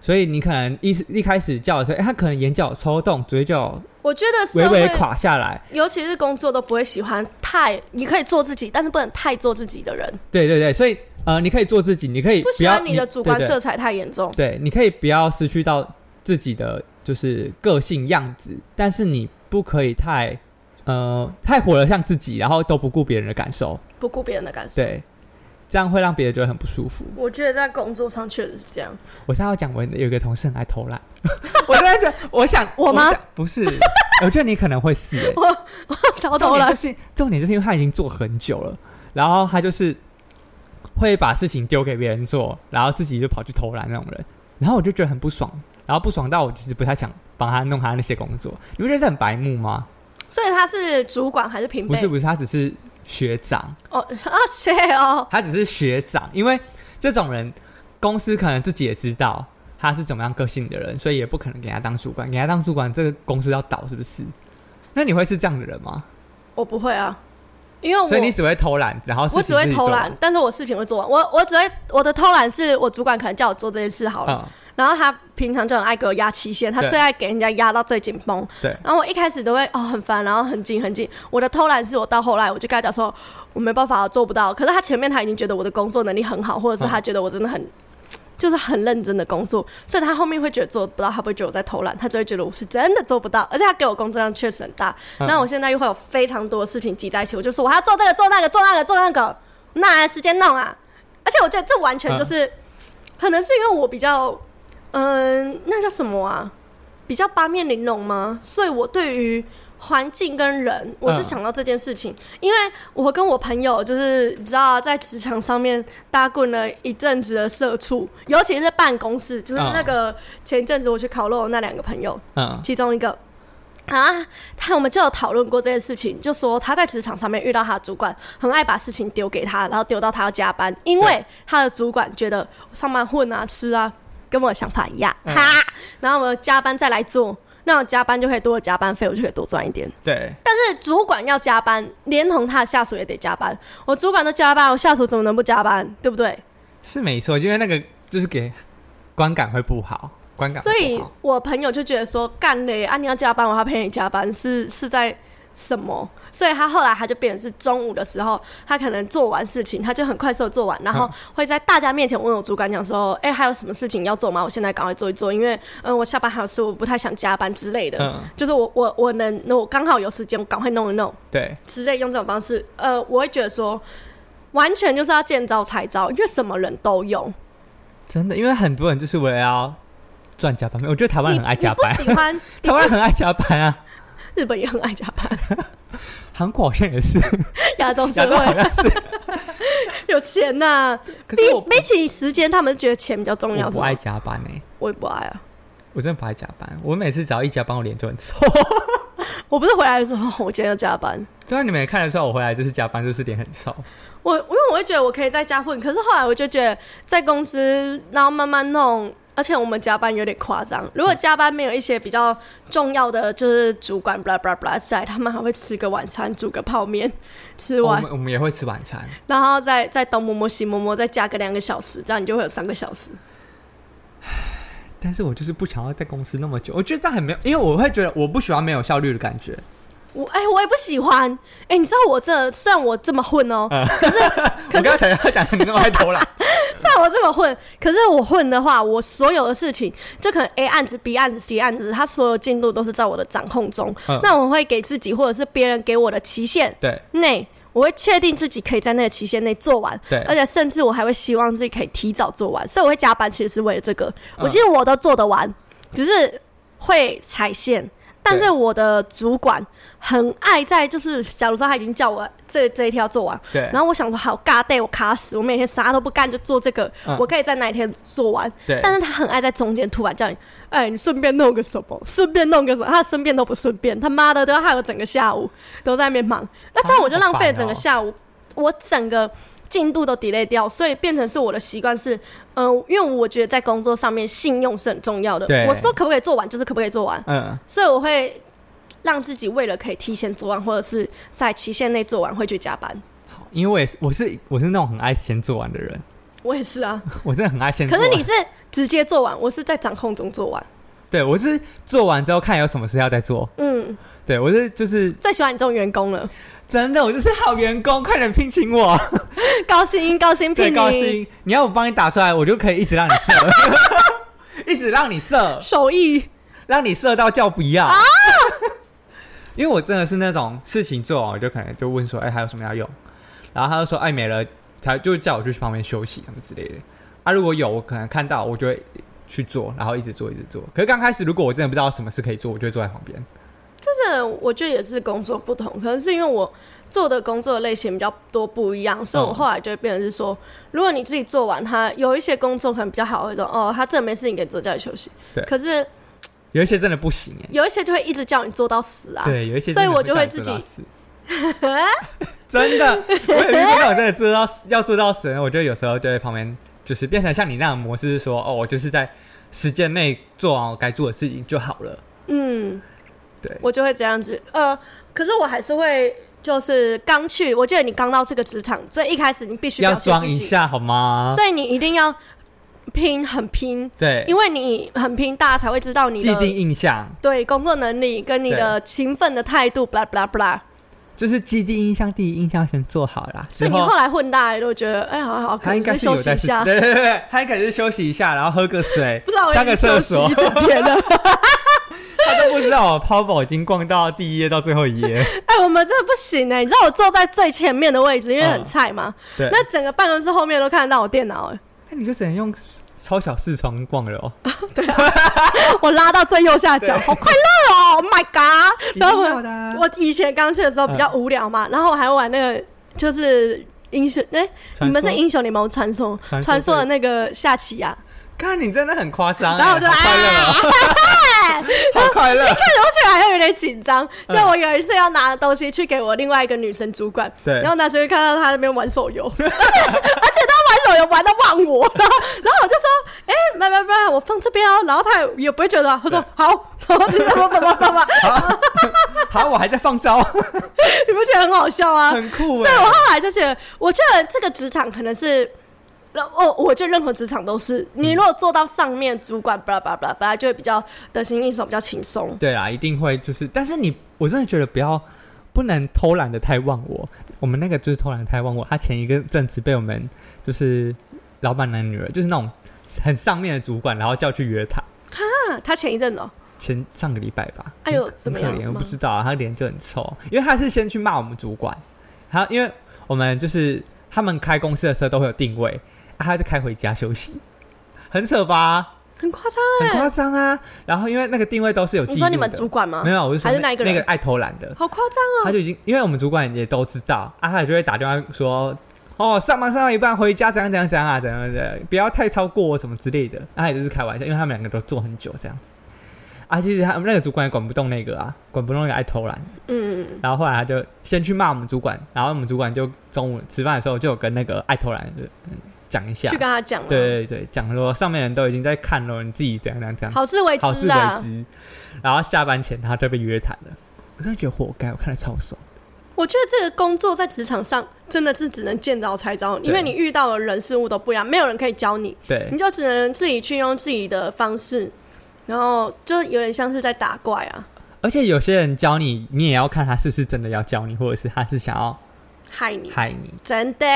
[SPEAKER 1] 所以你可能一一开始叫的时候，哎他可能眼角有抽动，嘴角
[SPEAKER 2] 我觉得
[SPEAKER 1] 微
[SPEAKER 2] 社
[SPEAKER 1] 微
[SPEAKER 2] 会，
[SPEAKER 1] 垮下来。
[SPEAKER 2] 尤其是工作，都不会喜欢太你可以做自己，但是不能太做自己的人，
[SPEAKER 1] 对对对，所以呃，你可以做自己，你可以
[SPEAKER 2] 不
[SPEAKER 1] 不
[SPEAKER 2] 喜
[SPEAKER 1] 要
[SPEAKER 2] 欢你的主观色彩太严重。
[SPEAKER 1] 对对，对你可以不要失去到自己的就是个性样子，但是你不可以太呃太活得像自己，然后都不顾别人的感受，
[SPEAKER 2] 不顾别人的感受。
[SPEAKER 1] 对，这样会让别人觉得很不舒服。
[SPEAKER 2] 我觉得在工作上确实是这 样。
[SPEAKER 1] 我现在要讲，我有一个同事很爱偷懒， 我现在讲，我想
[SPEAKER 2] 我吗
[SPEAKER 1] 想不是，我觉得你可能会是、 欸，
[SPEAKER 2] 超偷
[SPEAKER 1] 重点就
[SPEAKER 2] 懒，
[SPEAKER 1] 是重点就是因为他已经做很久了，然后他就是会把事情丢给别人做，然后自己就跑去偷懒那种人，然后我就觉得很不爽，然后不爽到我其实不太想帮他弄他那些工作，你不觉得这很白目吗？
[SPEAKER 2] 所以他是主管还是平辈？
[SPEAKER 1] 不是不是，他只是学长，
[SPEAKER 2] 哦啊，谁哦？
[SPEAKER 1] 他只是学长，因为这种人公司可能自己也知道他是怎么样个性的人，所以也不可能给他当主管，给他当主管这个公司要倒是不是？那你会是这样的人吗？
[SPEAKER 2] 我不会啊，因为我
[SPEAKER 1] 所以你只会偷懒，然后事
[SPEAKER 2] 我只
[SPEAKER 1] 情自
[SPEAKER 2] 会
[SPEAKER 1] 己
[SPEAKER 2] 偷
[SPEAKER 1] 做
[SPEAKER 2] 懒，但是我事情会做完。我我只会我的偷懒是我主管可能叫我做这件事好了，
[SPEAKER 1] 嗯，
[SPEAKER 2] 然后他平常就很爱给我压期限，他
[SPEAKER 1] 对
[SPEAKER 2] 最爱给人家压到最紧绷。
[SPEAKER 1] 对。
[SPEAKER 2] 然后我一开始都会哦很烦，然后很紧很紧。我的偷懒是我到后来我就跟他讲说我没办法，我做不到。可是他前面他已经觉得我的工作能力很好，或者
[SPEAKER 1] 嗯
[SPEAKER 2] 是他觉得我真的很、就是很认真的工作，所以他后面会觉得做不到，他不会觉得我在偷懒，他就会觉得我是真的做不到。而且他给我工作量确实很大，
[SPEAKER 1] 嗯
[SPEAKER 2] 那我现在又会有非常多的事情挤在一起，我就说我还要做这个做那个做那个做那个，哪来时间弄啊？而且我觉得这完全
[SPEAKER 1] 嗯
[SPEAKER 2] 就是、可能是因为我比较嗯、那叫什么啊？比较八面玲珑吗？所以我对于环境跟人，我就想到这件事情，因为我跟我朋友就是你知道，在职场上面打滚了一阵子的社畜，尤其是办公室，就是
[SPEAKER 1] 嗯
[SPEAKER 2] 那个前一阵子我去烤肉的那两个朋友，
[SPEAKER 1] 嗯，
[SPEAKER 2] 其中一个。啊，他我们就有讨论过这件事情，就说他在职场上面遇到他的主管，很爱把事情丢给他，然后丢到他要加班，因为
[SPEAKER 1] 对
[SPEAKER 2] 他的主管觉得上班混啊吃啊，跟我的想法一样，哈，然后我们加班再来做，那我加班就可以多有加班费，我就可以多赚一点。
[SPEAKER 1] 对，
[SPEAKER 2] 但是主管要加班，连同他的下属也得加班，我主管都加班，我下属怎么能不加班，对不对？
[SPEAKER 1] 是没错，因为那个就是给观感会不好，观感会
[SPEAKER 2] 所以
[SPEAKER 1] 不好
[SPEAKER 2] 我朋友就觉得说，干嘞啊，你要加班，我还陪你加班，是是在什么，所以他后来他就变成是中午的时候，他可能做完事情，他就很快速的做完，然后
[SPEAKER 1] 嗯
[SPEAKER 2] 会在大家面前问我主管讲说，哎、还有什么事情要做吗？我现在赶快做一做，因为嗯、呃我下班还有事，我不太想加班之类的，
[SPEAKER 1] 嗯
[SPEAKER 2] 就是我我我能，我刚好有时间，我赶快弄一弄。
[SPEAKER 1] 对，
[SPEAKER 2] 之类，用这种方式，呃，我会觉得说，完全就是要见招拆招，因为什么人都有。
[SPEAKER 1] 真的，因为很多人就是为了要赚加班费，我觉得台湾
[SPEAKER 2] 你
[SPEAKER 1] 人很爱加班
[SPEAKER 2] 你，不喜欢，
[SPEAKER 1] 台湾人很爱加班啊，
[SPEAKER 2] 日本也很爱加班，
[SPEAKER 1] 韩国好像也是，
[SPEAKER 2] 亚洲社
[SPEAKER 1] 亚洲好
[SPEAKER 2] 会
[SPEAKER 1] 像是，
[SPEAKER 2] 有钱呐、
[SPEAKER 1] 可
[SPEAKER 2] 比
[SPEAKER 1] 是我
[SPEAKER 2] 比起时间，他们觉得钱比较重要，
[SPEAKER 1] 我
[SPEAKER 2] 是
[SPEAKER 1] 不
[SPEAKER 2] 吗
[SPEAKER 1] 爱？加班呢、
[SPEAKER 2] 我也不爱啊，
[SPEAKER 1] 我真的不爱加班，我每次只要一加班，我脸就很 臭。
[SPEAKER 2] 我不是回来的时候， 我今天要加班。
[SPEAKER 1] 就像你们也看得出来，我回来就是加班，就是脸很臭。
[SPEAKER 2] 我因为我会觉得我可以在家混，可是后来我就觉得在公司，然后慢慢弄，而且我们加班有点夸张。如果加班没有一些比较重要的，就是主管 blah blah blah 在，他们还会吃个晚餐，煮个泡面，吃
[SPEAKER 1] 哦我
[SPEAKER 2] 完，
[SPEAKER 1] 们我们也会吃晚餐，
[SPEAKER 2] 然后再再东摸摸西摸摸，再加个两个小时，这样你就会有三个小时。
[SPEAKER 1] 但是我就是不想要在公司那么久，我觉得这样很没有，因为我会觉得我不喜欢没有效率的感觉。
[SPEAKER 2] 我哎、我也不喜欢哎、你知道我这虽然我这么混哦、
[SPEAKER 1] 我刚刚才要讲的你那么爱偷懒，
[SPEAKER 2] 虽然我这么混，可是我混的话，我所有的事情，就可能 A 案子、B 案子、C 案子，它所有进度都是在我的掌控中。
[SPEAKER 1] 嗯
[SPEAKER 2] 那我会给自己或者是别人给我的期限
[SPEAKER 1] 对
[SPEAKER 2] 内，我会确定自己可以在那个期限内做完。
[SPEAKER 1] 对
[SPEAKER 2] 而且甚至我还会希望自己可以提早做完，所以我会加班，其实是为了这个。
[SPEAKER 1] 嗯
[SPEAKER 2] 我希望我都做得完，只是会踩线。但是我的主管很爱在，就是假如说他已经叫我这这一天要做完，
[SPEAKER 1] 对
[SPEAKER 2] 然后我想说，好尬 day，我卡死，我每天啥都不干就做这个，
[SPEAKER 1] 嗯
[SPEAKER 2] 我可以在哪一天做完。
[SPEAKER 1] 对
[SPEAKER 2] 但是他很爱在中间突然叫你，哎、你顺便弄个什么，顺便弄个什么，他顺便都不顺便，他妈的都要害我整个下午都在那边忙，那这样我就浪费了
[SPEAKER 1] 哦
[SPEAKER 2] 整个下午，我整个。进度都 delay 掉，所以变成是我的习惯是，嗯、因为我觉得在工作上面信用是很重要的
[SPEAKER 1] 对。
[SPEAKER 2] 我说可不可以做完，就是可不可以做完。
[SPEAKER 1] 嗯，
[SPEAKER 2] 所以我会让自己为了可以提前做完，或者是在期限内做完，会去加班。
[SPEAKER 1] 因为我也是我是我是那种很爱先做完的人，
[SPEAKER 2] 我也是 啊，
[SPEAKER 1] 我真的很爱先做
[SPEAKER 2] 可
[SPEAKER 1] 完。
[SPEAKER 2] 是你是直接做完，我是在掌控中做完。
[SPEAKER 1] 对我是做完之后看有什么事要再做，
[SPEAKER 2] 嗯，
[SPEAKER 1] 对我是就是
[SPEAKER 2] 最喜欢你这种员工 了，
[SPEAKER 1] 真的我就是好员工，快点聘请我，
[SPEAKER 2] 高薪高 薪聘
[SPEAKER 1] 对
[SPEAKER 2] 你，
[SPEAKER 1] 高兴，你要我帮你打出来，我就可以一直让你射， 一直让你射，
[SPEAKER 2] 手艺
[SPEAKER 1] 让你射到叫不要。
[SPEAKER 2] 啊
[SPEAKER 1] 因为我真的是那种事情做完，我就可能就问说，哎、还有什么要用？然后他就说，哎、没了，他就叫我就去旁边休息什么之类的。啊，如果有我可能看到，我就会去做，然后一直做一直做。可是刚开始，如果我真的不知道什么事可以做，我就会坐在旁边。
[SPEAKER 2] 真的，我觉得也是工作不同，可能是因为我做的工作类型比较多不一样，所以我
[SPEAKER 1] 嗯
[SPEAKER 2] 后来就会变成是说，如果你自己做完，他有一些工作可能比较好，会说哦，他这没事，你可以坐家里休息。
[SPEAKER 1] 对
[SPEAKER 2] 可是
[SPEAKER 1] 有一些真的不行哎、
[SPEAKER 2] 有一些就会一直叫你做到死啊。
[SPEAKER 1] 对，有一些
[SPEAKER 2] 所以
[SPEAKER 1] 真的
[SPEAKER 2] 我就会
[SPEAKER 1] 叫你
[SPEAKER 2] 自
[SPEAKER 1] 做到
[SPEAKER 2] 己
[SPEAKER 1] 死。真的，我有遇过那种真的做到要做到死的人，我觉得有时候就在旁边就是变成像你那样的模式，是说哦，我就是在时间内做完我该做的事情就好了。
[SPEAKER 2] 嗯，
[SPEAKER 1] 对
[SPEAKER 2] 我就会这样子。呃，可是我还是会，就是刚去，我觉得你刚到这个职场，所以一开始你必须
[SPEAKER 1] 要
[SPEAKER 2] 表现
[SPEAKER 1] 装
[SPEAKER 2] 自
[SPEAKER 1] 一
[SPEAKER 2] 己，
[SPEAKER 1] 下好吗？
[SPEAKER 2] 所以你一定要拼，很拼，
[SPEAKER 1] 对
[SPEAKER 2] 因，为你很拼，大家才会知道你
[SPEAKER 1] 既定
[SPEAKER 2] 的
[SPEAKER 1] 印象
[SPEAKER 2] 对工作能力跟你的勤奋的态度，blah blah blah。
[SPEAKER 1] 就是既定印象，第一印象先做好啦。
[SPEAKER 2] 所
[SPEAKER 1] 之
[SPEAKER 2] 以你
[SPEAKER 1] 后
[SPEAKER 2] 后来混大家都觉得，哎，好好好，可
[SPEAKER 1] 他应
[SPEAKER 2] 能
[SPEAKER 1] 该
[SPEAKER 2] 是
[SPEAKER 1] 是
[SPEAKER 2] 休
[SPEAKER 1] 有
[SPEAKER 2] 息
[SPEAKER 1] 在
[SPEAKER 2] 一
[SPEAKER 1] 休息
[SPEAKER 2] 下，
[SPEAKER 1] 对对对，他应该是休息一下，然后喝个水
[SPEAKER 2] 不知道，我
[SPEAKER 1] 上个厕所
[SPEAKER 2] 一，整天了。
[SPEAKER 1] 他都不知道我淘宝已经逛到第一页到最后一页。
[SPEAKER 2] 哎，我们真的不行哎，你知道我坐在最前面的位置，因为很菜嘛，
[SPEAKER 1] 嗯对，
[SPEAKER 2] 那整个办公室后面都看得到我电脑哎。
[SPEAKER 1] 那你就只能用超小视窗逛了哦。
[SPEAKER 2] 我拉到最右下角，
[SPEAKER 1] 对
[SPEAKER 2] 好快乐哦！Oh my god！
[SPEAKER 1] 一定
[SPEAKER 2] 然后
[SPEAKER 1] 要
[SPEAKER 2] 我
[SPEAKER 1] 的啊嗯
[SPEAKER 2] 我以前刚去的时候比较无聊嘛，然后我还玩那个就是英雄，哎、
[SPEAKER 1] 传说
[SPEAKER 2] 你们是英雄联盟传送
[SPEAKER 1] 传说
[SPEAKER 2] 传说的那个下棋呀、
[SPEAKER 1] 看你真的很夸张欸，
[SPEAKER 2] 然后我就啊
[SPEAKER 1] 好快乐哦，好快乐。
[SPEAKER 2] 但我觉得还有点紧张，就
[SPEAKER 1] 嗯
[SPEAKER 2] 我有一次要拿东西去给我另外一个女生主管，
[SPEAKER 1] 对
[SPEAKER 2] 然后拿出去看到她那边玩手游， 而且而且她玩手游玩到忘我，然后然后我就说，哎、没没没，我放这边哦，然后她也不会觉得啊，她说好，然后就怎么怎么怎么，
[SPEAKER 1] 好，好，我还在放 招，
[SPEAKER 2] 你不觉得很好笑吗？
[SPEAKER 1] 很酷
[SPEAKER 2] 所以我
[SPEAKER 1] 哎。
[SPEAKER 2] 后来就觉得，我觉得这个职场可能是，哦，我觉得任何职场都是，你如果做到上面主管，巴拉巴拉巴拉，巴拉就会比较得心应手，比较轻松。
[SPEAKER 1] 对啊，一定会就是，但是你我真的觉得不要不能偷懒的太忘我。我们那个就是偷懒得太忘我，他前一个阵子被我们就是老板的女儿，就是那种很上面的主管，然后叫去约他。
[SPEAKER 2] 啊，他前一阵哦，
[SPEAKER 1] 前上个礼拜吧，
[SPEAKER 2] 哎呦
[SPEAKER 1] 很
[SPEAKER 2] 怎么
[SPEAKER 1] 很
[SPEAKER 2] 样
[SPEAKER 1] 可怜，我
[SPEAKER 2] 吗
[SPEAKER 1] 不知道、啊，他脸就很臭，因为他是先去骂我们主管，他因为我们就是他们开公司的车都会有定位，啊、他就开回家休息，很扯吧？
[SPEAKER 2] 很夸张
[SPEAKER 1] 很
[SPEAKER 2] 哎。
[SPEAKER 1] 夸张啊！然后因为那个定位都是有记
[SPEAKER 2] 你
[SPEAKER 1] 录的，
[SPEAKER 2] 说你们主管吗
[SPEAKER 1] 没？有，我是说
[SPEAKER 2] 还是那一个人
[SPEAKER 1] 那个爱偷懒的，
[SPEAKER 2] 好夸张哦！
[SPEAKER 1] 他就已经，因为我们主管也都知道，啊，他就会打电话说，哦，上班上到一半回家怎样怎样怎样啊，怎样怎样，不要太超过我什么之类的。啊，他也就是开玩笑，因为他们两个都做很久这样子。啊，其实他们那个主管也管不动那个啊，管不动那个爱偷懒。
[SPEAKER 2] 嗯，
[SPEAKER 1] 然后后来他就先去骂我们主管，然后我们主管就中午吃饭的时候就有跟那个爱偷懒的嗯讲一下
[SPEAKER 2] 去，跟他讲嘛，啊
[SPEAKER 1] 对对对，讲说上面人都已经在看了，你自己怎样怎样怎样。
[SPEAKER 2] 好自为
[SPEAKER 1] 好自
[SPEAKER 2] 之
[SPEAKER 1] 为
[SPEAKER 2] 啊！
[SPEAKER 1] 之。然后下班前他就被约谈了，我真的觉得活该，我看了超爽。
[SPEAKER 2] 我觉得这个工作在职场上真的是只能见招拆招，因为你遇到的人事物都不一样，没有人可以教你，
[SPEAKER 1] 对
[SPEAKER 2] 你，就只能自己去用自己的方式，然后就有点像是在打怪啊，
[SPEAKER 1] 而且有些人教你，你也要看他是不是真的要教你，或者是他是想要
[SPEAKER 2] 害你，
[SPEAKER 1] 害你。
[SPEAKER 2] 真的。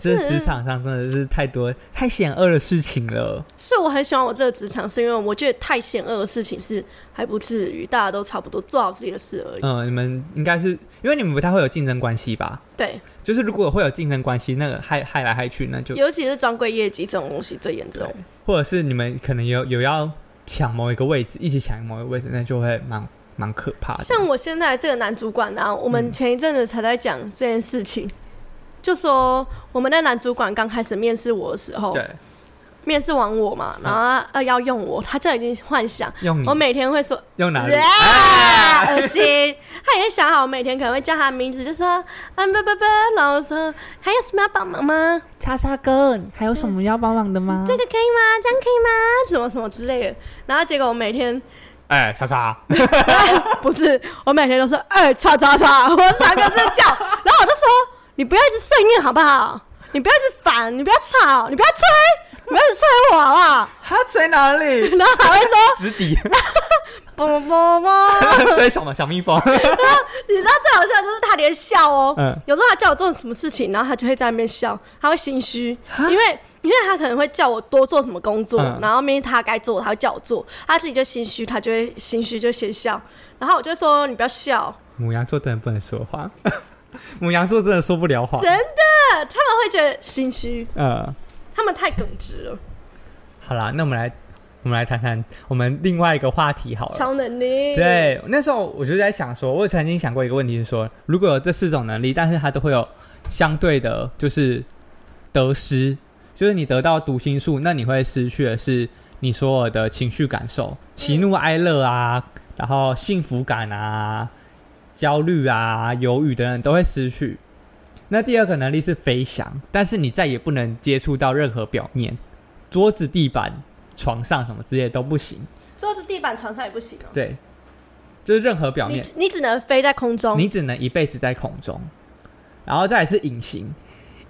[SPEAKER 1] 这
[SPEAKER 2] 嗯
[SPEAKER 1] 职场上真的是太多太险恶的事情了。
[SPEAKER 2] 所以我很喜欢我这个职场，是因为我觉得太险恶的事情是还不至于，大家都差不多做好自己的事而已。
[SPEAKER 1] 嗯，你们应该是因为你们不太会有竞争关系吧？
[SPEAKER 2] 对，
[SPEAKER 1] 就是如果会有竞争关系，那个害害来害去，那就
[SPEAKER 2] 尤其是专柜业绩这种东西最严重。
[SPEAKER 1] 或者是你们可能有有要抢某一个位置，一起抢某一个位置，那就会蛮蛮可怕的。
[SPEAKER 2] 像我现在这个男主管啊，我
[SPEAKER 1] 嗯
[SPEAKER 2] 们前一阵子才在讲这件事情，就说我们那男主管刚开始面试我的时候，
[SPEAKER 1] 对，嗯
[SPEAKER 2] 面试完我嘛，然后他呃要用我，他就已经幻想
[SPEAKER 1] 用你
[SPEAKER 2] 我每天会说
[SPEAKER 1] 用嗯 哪里？
[SPEAKER 2] 啊恶心，他已经想好我每天可能会叫他的名字，就说嗯不不不，然后说还有什么要帮忙吗？
[SPEAKER 1] 叉叉哥，还有什么要帮忙的吗
[SPEAKER 2] 这个可以吗？这样可以吗？什么什么之类的。然后结果我每天
[SPEAKER 1] 哎、叉叉，
[SPEAKER 2] 不是，我每天都说，哎、叉叉叉， 我三个字叫，然后我就说，你不要一直碎念好不好？你不要一直烦，你不要吵，你不要催，你不要一直催我好不好？
[SPEAKER 1] 他吹哪里？
[SPEAKER 2] 然后还会说，
[SPEAKER 1] 直抵，
[SPEAKER 2] 啵啵啵，
[SPEAKER 1] 吹什么小蜜蜂？
[SPEAKER 2] 你知道最好笑的就是他连笑哦，
[SPEAKER 1] 嗯
[SPEAKER 2] 有时候他叫我做什么事情，然后他就会在那边笑，他会心虚，因为因为他可能会叫我多做什么工作，
[SPEAKER 1] 嗯
[SPEAKER 2] 然后明明他该做，他会叫我做，他自己就心虚，他就会心虚就先笑，然后我就会说你不要笑，
[SPEAKER 1] 母羊座真的不能说话， 母羊座真的说不了话
[SPEAKER 2] 真。的，他们会觉得心虚。
[SPEAKER 1] 呃，
[SPEAKER 2] 他们太耿直了，
[SPEAKER 1] 好啦，那我们来，我们来谈谈我们另外一个话题好了。
[SPEAKER 2] 超能力。，
[SPEAKER 1] 对，那时候我就在想说，我曾经想过一个问题，是说，如果有这四种能力，但是它都会有相对的，就是得失，就是你得到读心术，那你会失去的是你所有的情绪感受，喜怒哀乐啊，然后幸福感啊，焦虑啊、犹豫等等都会失去。那第二个能力是飞翔，但是你再也不能接触到任何表面，桌子、地板、床上什么之类都不行。
[SPEAKER 2] 桌子、地板、床上也不行哦、
[SPEAKER 1] 对，就是任何表面
[SPEAKER 2] 你，你只能飞在空中。
[SPEAKER 1] 你只能一辈子在空中。然后再来是隐形，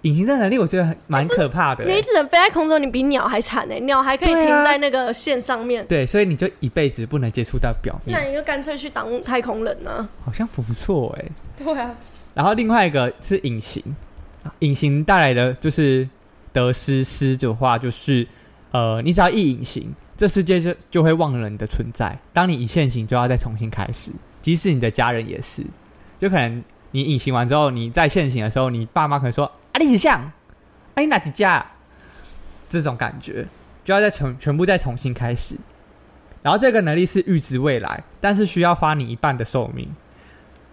[SPEAKER 1] 隐形这个能力我觉得很蛮可怕的欸、
[SPEAKER 2] 你只能飞在空中，你比鸟还惨哎、鸟还可以
[SPEAKER 1] 对
[SPEAKER 2] 停
[SPEAKER 1] 啊
[SPEAKER 2] 在那个线上面，
[SPEAKER 1] 对，所以你就一辈子不能接触到表
[SPEAKER 2] 那
[SPEAKER 1] 面，
[SPEAKER 2] 你就干脆去当太空人啊呢、
[SPEAKER 1] 好像不错哎、
[SPEAKER 2] 对啊，
[SPEAKER 1] 然后另外一个是隐形，隐形带来的就是得失失的话，就是呃，你只要一隐形，这世界就就会忘了你的存在。当你一现形，就要再重新开始，即使你的家人也是，就可能你隐形完之后，你再现形的时候，你爸妈可能说：“啊，你几像？啊，你哪几家？”这种感觉就要再重全部再重新开始。然后这个能力是预知未来，但是需要花你一半的寿命。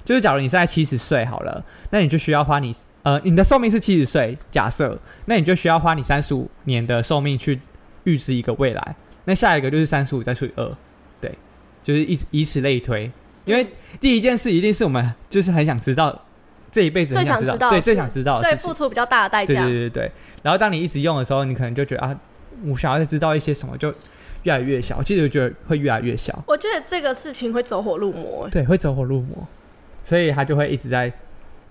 [SPEAKER 1] 就是假如你现在七十岁好了，那你就需要花你呃你的寿命是七十岁，假设那你就需要花你三十五年的寿命去预知一个未来。那下一个就是三十五再除以二，对，就是以以此类推。因为第一件事一定是我们就是很想知道这一辈子很想知
[SPEAKER 2] 最
[SPEAKER 1] 道，
[SPEAKER 2] 想知道的
[SPEAKER 1] 对
[SPEAKER 2] 事
[SPEAKER 1] 最想知道的
[SPEAKER 2] 所以
[SPEAKER 1] 事情
[SPEAKER 2] 付出比较大的代
[SPEAKER 1] 对
[SPEAKER 2] 价。
[SPEAKER 1] 对对对。然后当你一直用的时候，你可能就觉得啊，我想要再知道一些什么，就越来越小。我其实我觉得会越来越小，
[SPEAKER 2] 我觉得这个事情会走火入魔、欸。
[SPEAKER 1] 对，会走火入魔，所以它就会一直在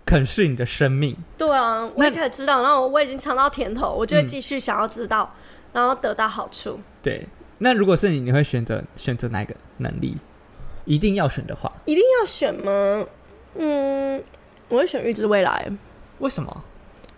[SPEAKER 1] 啃噬你的生命。
[SPEAKER 2] 对啊，我
[SPEAKER 1] 那
[SPEAKER 2] 一开始知道，然后我已经尝到甜头，我就会
[SPEAKER 1] 嗯
[SPEAKER 2] 继续想要知道，然后得到好处。
[SPEAKER 1] 对，那如果是你，你会选择选择哪一个能力？一定要选的话，
[SPEAKER 2] 一定要选吗？嗯，我会选预知未来，
[SPEAKER 1] 为什么？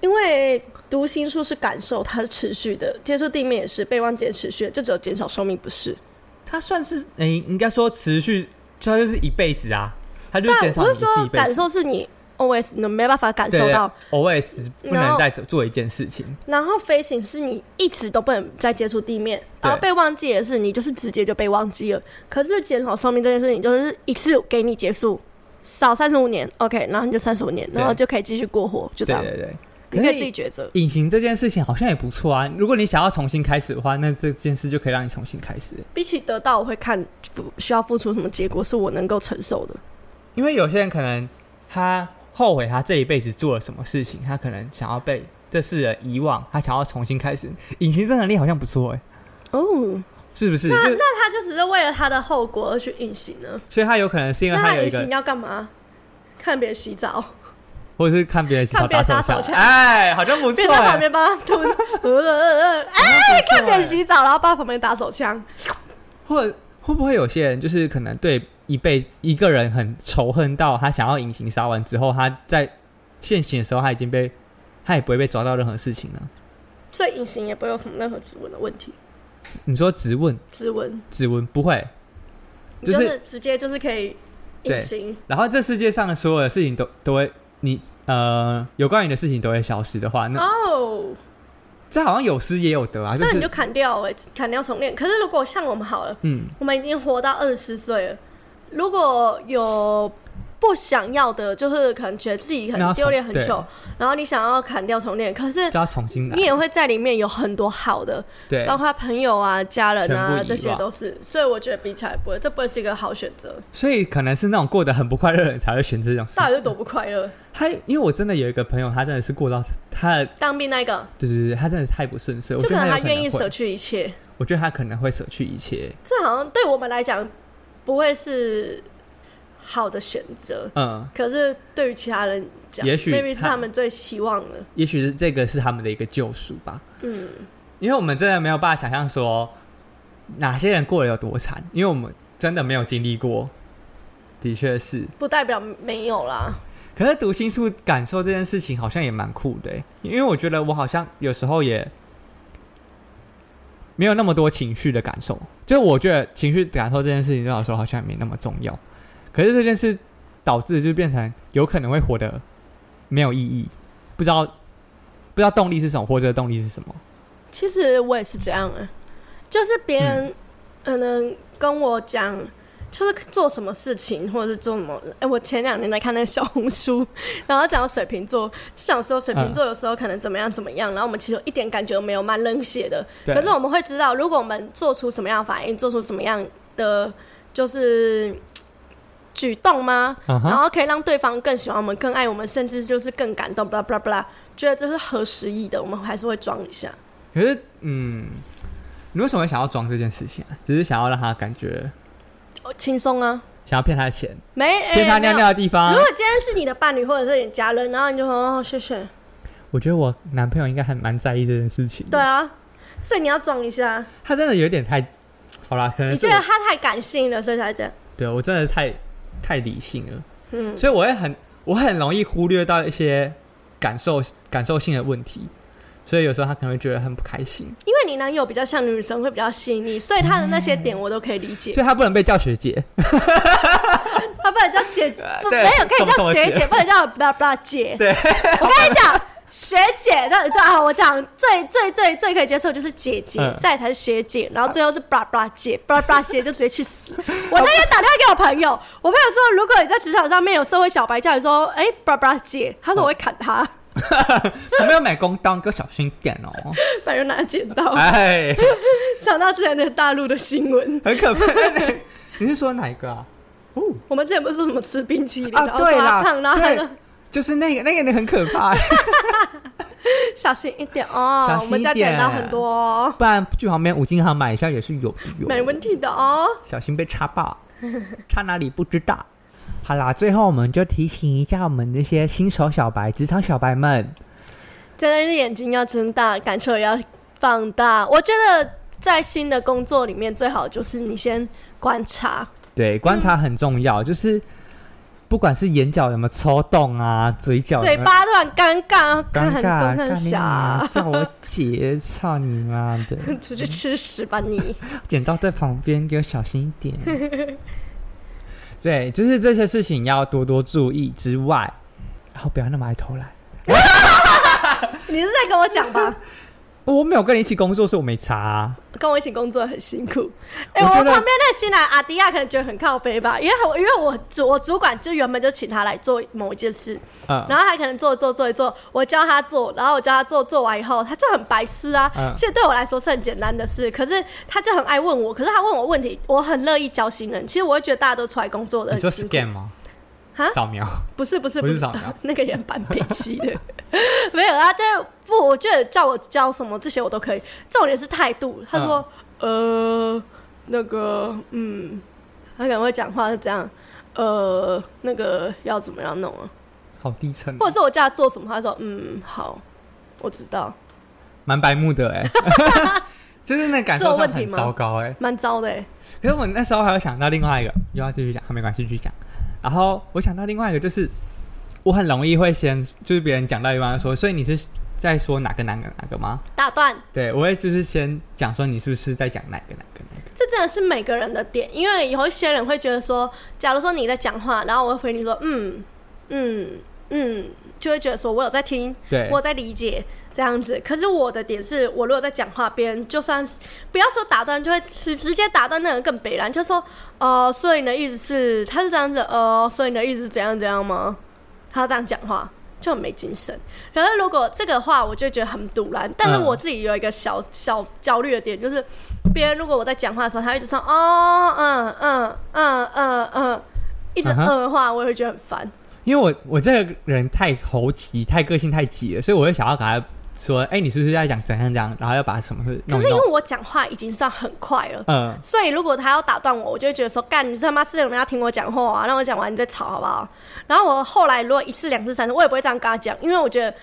[SPEAKER 2] 因为读心术是感受，它是持续的；接触地面也是，被忘记也持续的，就只有减少寿命不是。
[SPEAKER 1] 它算是你应该说持续，它就是一辈子啊，它就是减
[SPEAKER 2] 但
[SPEAKER 1] 少
[SPEAKER 2] 我
[SPEAKER 1] 你
[SPEAKER 2] 是
[SPEAKER 1] 的是
[SPEAKER 2] 说
[SPEAKER 1] 一，辈
[SPEAKER 2] 感
[SPEAKER 1] 子。
[SPEAKER 2] 受是你 always 你没办法感受
[SPEAKER 1] 对对
[SPEAKER 2] 到，
[SPEAKER 1] ，always 不
[SPEAKER 2] 然
[SPEAKER 1] 能
[SPEAKER 2] 后
[SPEAKER 1] 再做做一件事情。
[SPEAKER 2] 然后飞行是你一直都不能再接触地面，然后
[SPEAKER 1] 对
[SPEAKER 2] 被忘记也是你就是直接就被忘记了。可是减少寿命这件事情，就是一次给你结束，少三十五年，OK，然后你就三十五年，然后就可以继续过活，就这
[SPEAKER 1] 对
[SPEAKER 2] 样，
[SPEAKER 1] 对对，
[SPEAKER 2] 你可以自己
[SPEAKER 1] 是
[SPEAKER 2] 抉择。
[SPEAKER 1] 隐形这件事情好像也不错啊。如果你想要重新开始的话，那这件事就可以让你重新开始。
[SPEAKER 2] 比起得到，我会看付需要付出什么结果是我能够承受的。
[SPEAKER 1] 因为有些人可能他后悔他这一辈子做了什么事情，他可能想要被这世人遗忘，他想要重新开始。隐形这能力好像不错哎、
[SPEAKER 2] 哦，
[SPEAKER 1] 是不是？就
[SPEAKER 2] 那他就只是为了他的后果而去隐形呢？
[SPEAKER 1] 所以他有可能是因为
[SPEAKER 2] 那
[SPEAKER 1] 他
[SPEAKER 2] 他
[SPEAKER 1] 有一
[SPEAKER 2] 隐
[SPEAKER 1] 个
[SPEAKER 2] 形，要干嘛？看别人洗澡，
[SPEAKER 1] 或者是看别人洗澡
[SPEAKER 2] 看别
[SPEAKER 1] 打
[SPEAKER 2] 人打
[SPEAKER 1] 手
[SPEAKER 2] 手
[SPEAKER 1] 枪，
[SPEAKER 2] 枪
[SPEAKER 1] 哎，好 像不
[SPEAKER 2] 别
[SPEAKER 1] 错
[SPEAKER 2] 人在
[SPEAKER 1] 哎、
[SPEAKER 2] 旁边帮他吐， 呃呃 呃哎，看别人洗澡，然后帮他旁边打手枪。
[SPEAKER 1] 或会不会有些人就是可能对一辈一个人很仇恨到他想要隐形杀完之后，他在现行的时候他已经被他也不会被抓到任何事情了。
[SPEAKER 2] 所以隐形也不会有什么任何指纹的问题，
[SPEAKER 1] 你说质问
[SPEAKER 2] 指纹
[SPEAKER 1] 指纹不会，
[SPEAKER 2] 你
[SPEAKER 1] 就
[SPEAKER 2] 就是是直接就是可以隐形。
[SPEAKER 1] 然后这世界上的所有的事情都都会你呃有关于你的事情都会消失的话，那、
[SPEAKER 2] 哦，
[SPEAKER 1] 这好像有失也有得啊，就
[SPEAKER 2] 这你就是砍掉哎、砍掉重练。可是如果像我们好了，
[SPEAKER 1] 嗯
[SPEAKER 2] 我们已经活到二十四岁了，如果有不想要的，就是可能觉得自己
[SPEAKER 1] 那要
[SPEAKER 2] 很
[SPEAKER 1] 重
[SPEAKER 2] 丢脸很
[SPEAKER 1] 对
[SPEAKER 2] 久，然后你想要砍掉重练，可是
[SPEAKER 1] 就要重新来
[SPEAKER 2] 你，也会在里面有很多好的，
[SPEAKER 1] 对
[SPEAKER 2] 包，括朋友啊、家人
[SPEAKER 1] 全部遗
[SPEAKER 2] 啊，
[SPEAKER 1] 忘
[SPEAKER 2] 这些都是。所以我觉得比起来不会，这不会是一个好选择。
[SPEAKER 1] 所以可能是那种过得很不快乐的人才会选这种事
[SPEAKER 2] 到。底是多不快乐？
[SPEAKER 1] 他因为我真的有一个朋友，他真的是过到他的
[SPEAKER 2] 当兵那个，
[SPEAKER 1] 对对对，他真的太不顺遂，我
[SPEAKER 2] 就
[SPEAKER 1] 觉
[SPEAKER 2] 可
[SPEAKER 1] 得
[SPEAKER 2] 能
[SPEAKER 1] 有
[SPEAKER 2] 他
[SPEAKER 1] 可
[SPEAKER 2] 愿意
[SPEAKER 1] 会
[SPEAKER 2] 舍去一切。
[SPEAKER 1] 我觉得他可能会舍去一切。
[SPEAKER 2] 这好像对我们来讲不会是好的选择，
[SPEAKER 1] 嗯，
[SPEAKER 2] 可是对于其他人讲，
[SPEAKER 1] 也许
[SPEAKER 2] maybe 是
[SPEAKER 1] 他
[SPEAKER 2] 他们最希望的。
[SPEAKER 1] 也许是这个是他们的一个救赎吧，
[SPEAKER 2] 嗯，
[SPEAKER 1] 因为我们真的没有办法想象说哪些人过得有多惨，因为我们真的没有经历过。的确是，
[SPEAKER 2] 不代表没有啦。
[SPEAKER 1] 可是读心术感受这件事情好像也蛮酷的欸，因为我觉得我好像有时候也没有那么多情绪的感受，就是我觉得情绪感受这件事情对我来说好像也没那么重要。可是这件事导致就变成有可能会活得没有意义，不知道不知道动力是什么，活着的动力是什么。
[SPEAKER 2] 其实我也是这样啊，就是别
[SPEAKER 1] 嗯
[SPEAKER 2] 人可能跟我讲。就是做什么事情，或者是做什么？哎、我前两年在看那个小红书， 然后讲到水瓶座，就想说水
[SPEAKER 1] 嗯
[SPEAKER 2] 瓶座有时候可能怎么样怎么样，然后我们其实一点感觉都没有，蛮冷血的。
[SPEAKER 1] 对
[SPEAKER 2] 可是我们会知道，如果我们做出什么样的反应，做出什么样的就是举动吗？
[SPEAKER 1] 嗯
[SPEAKER 2] 然
[SPEAKER 1] 哼，
[SPEAKER 2] 后可以让对方更喜欢我们、更爱我们，甚至就是更感动，巴拉巴拉巴拉，觉得这是合时宜的，我们还是会装一下。
[SPEAKER 1] 可是嗯，你为什么会想要装这件事情啊？只是想要让他感觉
[SPEAKER 2] 哦轻松啊，
[SPEAKER 1] 想要骗他的钱，
[SPEAKER 2] 没
[SPEAKER 1] 骗他尿。
[SPEAKER 2] 哎没有
[SPEAKER 1] 尿的地方
[SPEAKER 2] 如。果今天是你的伴侣或者是你家人，然后你就说哦谢谢，
[SPEAKER 1] 我觉得我男朋友应该还蛮在意这件事情。
[SPEAKER 2] 对，啊，所以你要装一下。
[SPEAKER 1] 他真的有点太，好啦，可能
[SPEAKER 2] 你
[SPEAKER 1] 是
[SPEAKER 2] 觉
[SPEAKER 1] 我
[SPEAKER 2] 得他太感性了，所以才这样。
[SPEAKER 1] 对我真的太太理性了，
[SPEAKER 2] 嗯，
[SPEAKER 1] 所以我会很我很容易忽略到一些感受感受性的问题，所以有时候他可能会觉得很不开心，
[SPEAKER 2] 因为你男友比较像女生，会比较细腻，所以他的那些点我都可以理解。
[SPEAKER 1] 所以他不能被叫学姐。
[SPEAKER 2] 啊，不能叫姐，不
[SPEAKER 1] 对
[SPEAKER 2] 没有可以
[SPEAKER 1] 什么什
[SPEAKER 2] 叫
[SPEAKER 1] 么
[SPEAKER 2] 学
[SPEAKER 1] 姐
[SPEAKER 2] 姐，不能叫不要不要姐。
[SPEAKER 1] 对
[SPEAKER 2] 我跟你讲，学姐那对啊，我讲最最最最可以接受就是姐姐，
[SPEAKER 1] 嗯
[SPEAKER 2] 再才是学姐，然后最后是 blah blah 姐，blah blah 姐就直接去死。我那天打电话给我朋友，我朋友说，如果你在职场上面有社会小白叫你说，哎、b l a h blah
[SPEAKER 1] 嗯
[SPEAKER 2] 姐，他说我会砍他，
[SPEAKER 1] 我没有买公刀，你给我小心点哦。
[SPEAKER 2] 把人拿剪刀。
[SPEAKER 1] 哎，
[SPEAKER 2] 想到之前的大陆的新闻，
[SPEAKER 1] 很可怕。 你是说哪一个啊？哦，
[SPEAKER 2] 我们之前不是说什么吃冰淇淋，
[SPEAKER 1] 啊
[SPEAKER 2] 然后说
[SPEAKER 1] 对
[SPEAKER 2] 他
[SPEAKER 1] 啦
[SPEAKER 2] 胖，然后他
[SPEAKER 1] 对
[SPEAKER 2] 说。
[SPEAKER 1] 就是那个那个人很可怕，
[SPEAKER 2] 小心一点哦，
[SPEAKER 1] 小心
[SPEAKER 2] 我
[SPEAKER 1] 一点
[SPEAKER 2] 们家剪刀很多、哦，
[SPEAKER 1] 不然去旁边五金行买一下也是有的哟。
[SPEAKER 2] 没问题的哦。
[SPEAKER 1] 小心被插爆，插哪里不知道。好啦，最后我们就提醒一下我们那些新手小白、职场小白们，
[SPEAKER 2] 真的是眼睛要睁大，感受也要放大。我觉得在新的工作里面，最好就是你先观察，
[SPEAKER 1] 对，观察很重要，就是不管是眼角有没有抽动啊，嘴角有没
[SPEAKER 2] 嘴
[SPEAKER 1] 有
[SPEAKER 2] 巴都很尴尬，看
[SPEAKER 1] 尴
[SPEAKER 2] 很
[SPEAKER 1] 尬，
[SPEAKER 2] 东
[SPEAKER 1] 干
[SPEAKER 2] 看
[SPEAKER 1] 你
[SPEAKER 2] 小
[SPEAKER 1] 娘
[SPEAKER 2] 啊，
[SPEAKER 1] 叫我姐，操你妈的！
[SPEAKER 2] 出去吃屎吧你！
[SPEAKER 1] 剪刀在旁边，给我小心一点。 对，就是这些事情要多多注意之外，然后不要那么爱偷懒。
[SPEAKER 2] 你是在跟我讲 吧？
[SPEAKER 1] 我没有跟你一起工作，所以我没查、啊。
[SPEAKER 2] 跟我一起工作很辛苦。哎、
[SPEAKER 1] 我
[SPEAKER 2] 我
[SPEAKER 1] 觉
[SPEAKER 2] 旁
[SPEAKER 1] 得
[SPEAKER 2] 边那新来阿迪亚可能觉得很靠背吧，因为我因为我主我主管就原本就请他来做某一件事，
[SPEAKER 1] 嗯，
[SPEAKER 2] 然后他可能做做做一做，我教他做，然后我教他做，做完以后他就很白痴啊。
[SPEAKER 1] 嗯
[SPEAKER 2] 其实对我来说是很简单的事，可是他就很爱问我，可是他问我问题，我很乐意教新人。其实我会觉得大家都出来工作的
[SPEAKER 1] 你
[SPEAKER 2] 很
[SPEAKER 1] 说
[SPEAKER 2] 辛苦，
[SPEAKER 1] scan 吗？
[SPEAKER 2] 哈
[SPEAKER 1] 扫描？
[SPEAKER 2] 不是不是
[SPEAKER 1] 不是啊扫描
[SPEAKER 2] 那个人蛮北气的， 没有啊，就是不，我觉得叫我教什么这些我都可以，重点是态度。他说，
[SPEAKER 1] 嗯
[SPEAKER 2] 呃，那个，嗯，他可能会讲话是这样，呃，那个要怎么样弄啊？
[SPEAKER 1] 好低沉哦，
[SPEAKER 2] 或者是我叫他做什么，他说，嗯，好，我知道，
[SPEAKER 1] 蛮白 目的哎、就是那感受
[SPEAKER 2] 这有
[SPEAKER 1] 上
[SPEAKER 2] 问题
[SPEAKER 1] 很
[SPEAKER 2] 吗
[SPEAKER 1] 糟糕哎、
[SPEAKER 2] 蛮糟的欸。
[SPEAKER 1] 可是我那时候还有想到另外一个，又要继续讲，好没关系，继续讲。然后我想到另外一个就是，我很容易会先就是别人讲到一半说，所以你是在说哪个哪个哪个吗？
[SPEAKER 2] 打断，
[SPEAKER 1] 对我会就是先讲说你是不是在讲哪个哪个哪个？
[SPEAKER 2] 这真的是每个人的点，因为有一些人会觉得说，假如说你在讲话，然后我会回你说，嗯，嗯，嗯，就会觉得说我有在听，
[SPEAKER 1] 对
[SPEAKER 2] 我有在理解这样子。可是我的点是我如果在讲话，别人就算不要说打断，就会直直接打断那人更北然，就说，呃，所以你的意思是他是这样子，呃，所以你的意思是怎样怎样吗？他这样讲话就很没精神。可是如果这个话，我就觉得很堵然。但是
[SPEAKER 1] 嗯
[SPEAKER 2] 我自己有一个小小焦虑的点，就是别人如果我在讲话的时候，他一直说哦，嗯嗯嗯嗯嗯，一直
[SPEAKER 1] 嗯哼
[SPEAKER 2] 嗯的话，我也会觉得很烦。
[SPEAKER 1] 因为我我这个人太猴急，太个性太急了，所以我会想要赶快说，哎、你是不是在讲怎样怎样？然后要把什么事
[SPEAKER 2] 可
[SPEAKER 1] 弄一
[SPEAKER 2] 是因
[SPEAKER 1] 弄
[SPEAKER 2] 为。我讲话已经算很快了。
[SPEAKER 1] 嗯，
[SPEAKER 2] 所以如果他要打断我，我就会觉得说，干，你他妈是有人要听我讲话啊，让我讲完你再吵好不好？然后我后来如果一次、两次、三次，我也不会这样跟他讲，因为我觉得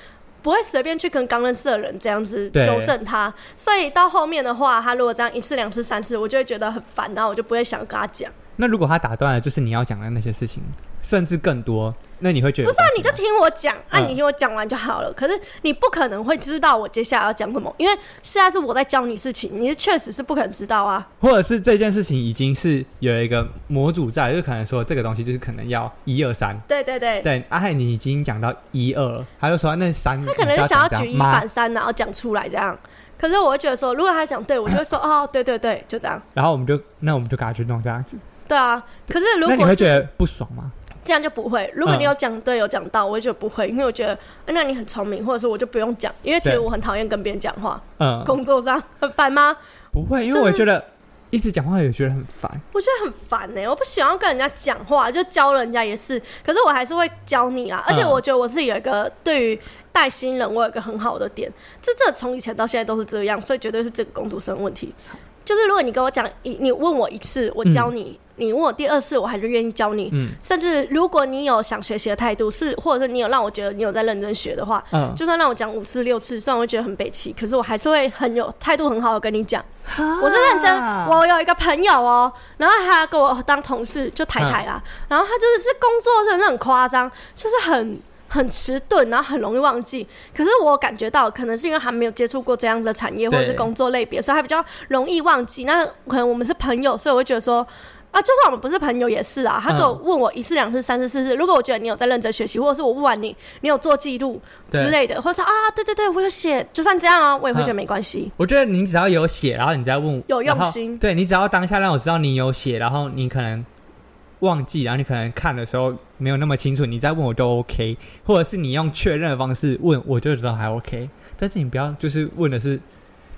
[SPEAKER 2] 不会随便去跟刚认识的人这样子
[SPEAKER 1] 对
[SPEAKER 2] 纠正他。所以到后面的话，他如果这样一次、两次、三次，我就会觉得很烦，然后我就不会想跟他讲。
[SPEAKER 1] 那如果他打断了，就是你要讲的那些事情，甚至更多，那你会觉得
[SPEAKER 2] 不
[SPEAKER 1] 有
[SPEAKER 2] 是啊
[SPEAKER 1] 关，系
[SPEAKER 2] 你就
[SPEAKER 1] 吗
[SPEAKER 2] 听我讲，啊，
[SPEAKER 1] 嗯
[SPEAKER 2] 你听我讲完就好了。可是你不可能会知道我接下来要讲什么，因为现在是我在教你事情，你是确实是不可能知道啊。
[SPEAKER 1] 或者是这件事情已经是有一个模组在，就可能说这个东西就是可能要一二三。
[SPEAKER 2] 对对对，
[SPEAKER 1] 对，阿、汉你已经讲到一二，他就说那三，
[SPEAKER 2] 他可能想要
[SPEAKER 1] 要
[SPEAKER 2] 举一
[SPEAKER 1] 妈
[SPEAKER 2] 反，三，然后讲出来这样。可是我会觉得说，如果他讲对，我就会 说哦，对对对，就这样。
[SPEAKER 1] 然后我们就那我们就给他去弄这样子，
[SPEAKER 2] 对啊，可是如
[SPEAKER 1] 那你
[SPEAKER 2] 果
[SPEAKER 1] 会
[SPEAKER 2] 是
[SPEAKER 1] 觉得不爽吗？
[SPEAKER 2] 这样就不会。如果你
[SPEAKER 1] 嗯
[SPEAKER 2] 有讲对，有讲到，我会觉得不会，因为我觉得，呃那你很聪明，或者是我就不用讲，因为其实
[SPEAKER 1] 对
[SPEAKER 2] 我很讨厌跟别人讲话，
[SPEAKER 1] 嗯，
[SPEAKER 2] 工作上很烦吗？
[SPEAKER 1] 不会，因
[SPEAKER 2] 就
[SPEAKER 1] 为
[SPEAKER 2] 是
[SPEAKER 1] 我觉得一直讲话也觉得很烦。
[SPEAKER 2] 我觉得很烦欸呢、我不喜欢跟人家讲话，就教人家也是，可是我还是会教你啦。而且我觉得我自己有一个对于带新人，我有一个很好的点，这这从以前到现在都是这样，所以绝对是这个工读生的问题。就是如果你跟我讲，你你问我一次，我教你；你问我第二次，我还是愿意教你。
[SPEAKER 1] 嗯
[SPEAKER 2] 甚至如果你有想学习的态度，是或者是你有让我觉得你有在认真学的话，
[SPEAKER 1] 嗯，
[SPEAKER 2] 就算让我讲五次六次，虽然我会觉得很北气，可是我还是会很有态度很好的跟你讲。
[SPEAKER 1] 啊
[SPEAKER 2] 我是认真，我有一个朋友哦，然后他跟我当同事，就台台
[SPEAKER 1] 嗯
[SPEAKER 2] 啦。然后他就是是工作真的是很夸张，就是很很迟钝，然后很容易忘记。可是我感觉到，可能是因为还没有接触过这样的产业或
[SPEAKER 1] 对
[SPEAKER 2] 者是工作类别，所以他比较容易忘记。那可能我们是朋友，所以我会觉得说。啊，就算我们不是朋友也是啊。他
[SPEAKER 1] 嗯
[SPEAKER 2] 给我问我一次、两次、三次、四次，如果我觉得你有在认真学习，或者是我问完你，你有做记录
[SPEAKER 1] 对嗯
[SPEAKER 2] 之类的，或者说啊，对对对，我有写，就算这样啊，我也会觉得没关系。
[SPEAKER 1] 我觉得你只要有写，然后你再问我，
[SPEAKER 2] 有用
[SPEAKER 1] 然后
[SPEAKER 2] 心
[SPEAKER 1] 对你只要当下让我知道你有写，然后你可能忘记，然后你可能看的时候没有那么清楚，你再问我都 OK，或者是你用确认的方式问，我就觉得还 OK。但是你不要就是问的是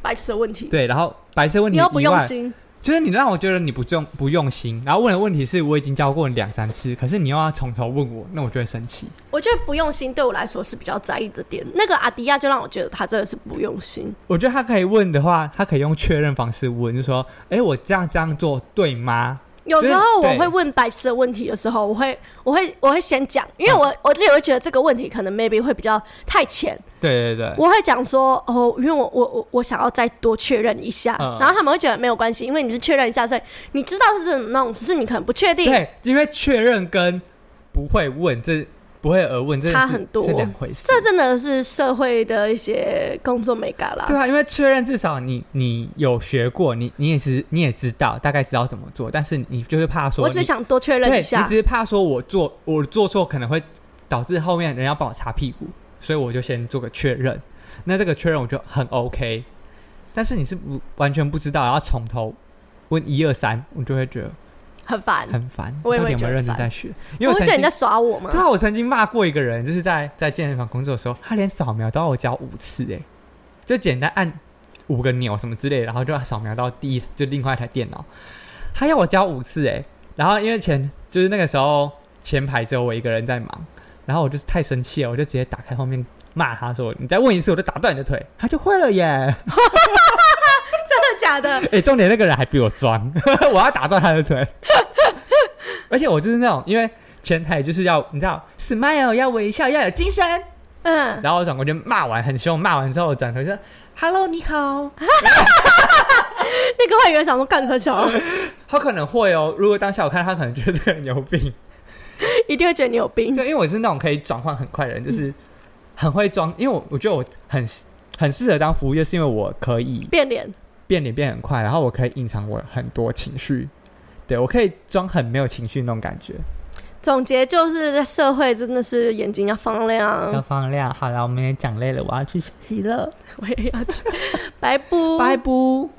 [SPEAKER 2] 白痴的问题，
[SPEAKER 1] 对，然后白色问
[SPEAKER 2] 你
[SPEAKER 1] 题
[SPEAKER 2] 又不
[SPEAKER 1] 以
[SPEAKER 2] 用
[SPEAKER 1] 外，
[SPEAKER 2] 心，
[SPEAKER 1] 就是你让我觉得你不用不用心，然后问的问题是我已经教过你两三次，可是你又要从头问我，那我就会生气。
[SPEAKER 2] 我觉得不用心对我来说是比较在意的点。那个阿迪亚就让我觉得他真的是不用心，
[SPEAKER 1] 我觉得他可以问的话，他可以用确认方式问，就说：“哎，我这样这样做对吗？”
[SPEAKER 2] 有时候
[SPEAKER 1] 就是
[SPEAKER 2] 我
[SPEAKER 1] 对
[SPEAKER 2] 会问白痴的问题的时候，我会我会我会先讲，因为
[SPEAKER 1] 嗯
[SPEAKER 2] 我我自己会觉得这个问题可能 maybe 会比较太浅，
[SPEAKER 1] 对对对，
[SPEAKER 2] 我会讲说哦，因为我我我我想要再多确认一下，
[SPEAKER 1] 嗯
[SPEAKER 2] 然后他们会觉得没有关系，因为你是确认一下，所以你知道是怎么弄，只是你可能不确定。
[SPEAKER 1] 对，因为确认跟不会问，这不会而问，这
[SPEAKER 2] 差
[SPEAKER 1] 是
[SPEAKER 2] 很多
[SPEAKER 1] 是两回事。
[SPEAKER 2] 这真的是社会的一些工作美感啦。
[SPEAKER 1] 对啊，因为确认至少你你有学过，你你也是你也知道大概知道怎么做，但是你就是怕说
[SPEAKER 2] 我
[SPEAKER 1] 你，
[SPEAKER 2] 只想多确认
[SPEAKER 1] 对
[SPEAKER 2] 一下
[SPEAKER 1] 你只。是怕说我做我做错可能会导致后面人要帮我擦屁股，所以我就先做个确认。那这个确认我就很 OK，但是你是不完全不知道，然后从头问一二三，我就会觉得
[SPEAKER 2] 很烦。
[SPEAKER 1] 很烦。
[SPEAKER 2] 我也
[SPEAKER 1] 到
[SPEAKER 2] 会
[SPEAKER 1] 底有没
[SPEAKER 2] 觉
[SPEAKER 1] 有
[SPEAKER 2] 得
[SPEAKER 1] 认真
[SPEAKER 2] 烦
[SPEAKER 1] 在学？因为
[SPEAKER 2] 我
[SPEAKER 1] 我
[SPEAKER 2] 会
[SPEAKER 1] 曾
[SPEAKER 2] 觉得
[SPEAKER 1] 经
[SPEAKER 2] 你在耍我吗
[SPEAKER 1] 对？啊，我曾经骂过一个人，就是在在健身房工作的时候，他连扫描都要我教五次、欸，就简单按五个钮什么之类的，然后就要扫描到第一就另外一台电脑，他要我教五次、欸，然后因为前就是那个时候前排只有我一个人在忙，然后我就是太生气了，我就直接打开后面骂他说：“你再问一次，我就打断你的腿。”他就会了耶！
[SPEAKER 2] 真的 假的？
[SPEAKER 1] 哎、重点那个人还比我装， 我要打断他的腿。 而且我就是那种，因为前台就是要你知道，smile 要微笑，要有精神。
[SPEAKER 2] 嗯，
[SPEAKER 1] 然后我转过去骂完很凶，骂完之后我转头就说：“Hello，你好。
[SPEAKER 2] 啊那个会员想说干他小 啊，”
[SPEAKER 1] 他可能会哦，如果当下我看他，可能觉得这个人有病。
[SPEAKER 2] 一定会觉得你有病。
[SPEAKER 1] 对，因为我是那种可以转换很快的人，就是很会装。因为我我觉得我很很适合当服务业，是因为我可以
[SPEAKER 2] 变脸，
[SPEAKER 1] 变脸变很快，然后我可以隐藏我很多情绪。对我可以装很没有情绪那种感觉，
[SPEAKER 2] 总结就是在社会真的是眼睛要放
[SPEAKER 1] 要
[SPEAKER 2] 亮。
[SPEAKER 1] 放亮。好了，我们也讲累了，我要去休息了，
[SPEAKER 2] 我也要去，白布，
[SPEAKER 1] 拜不。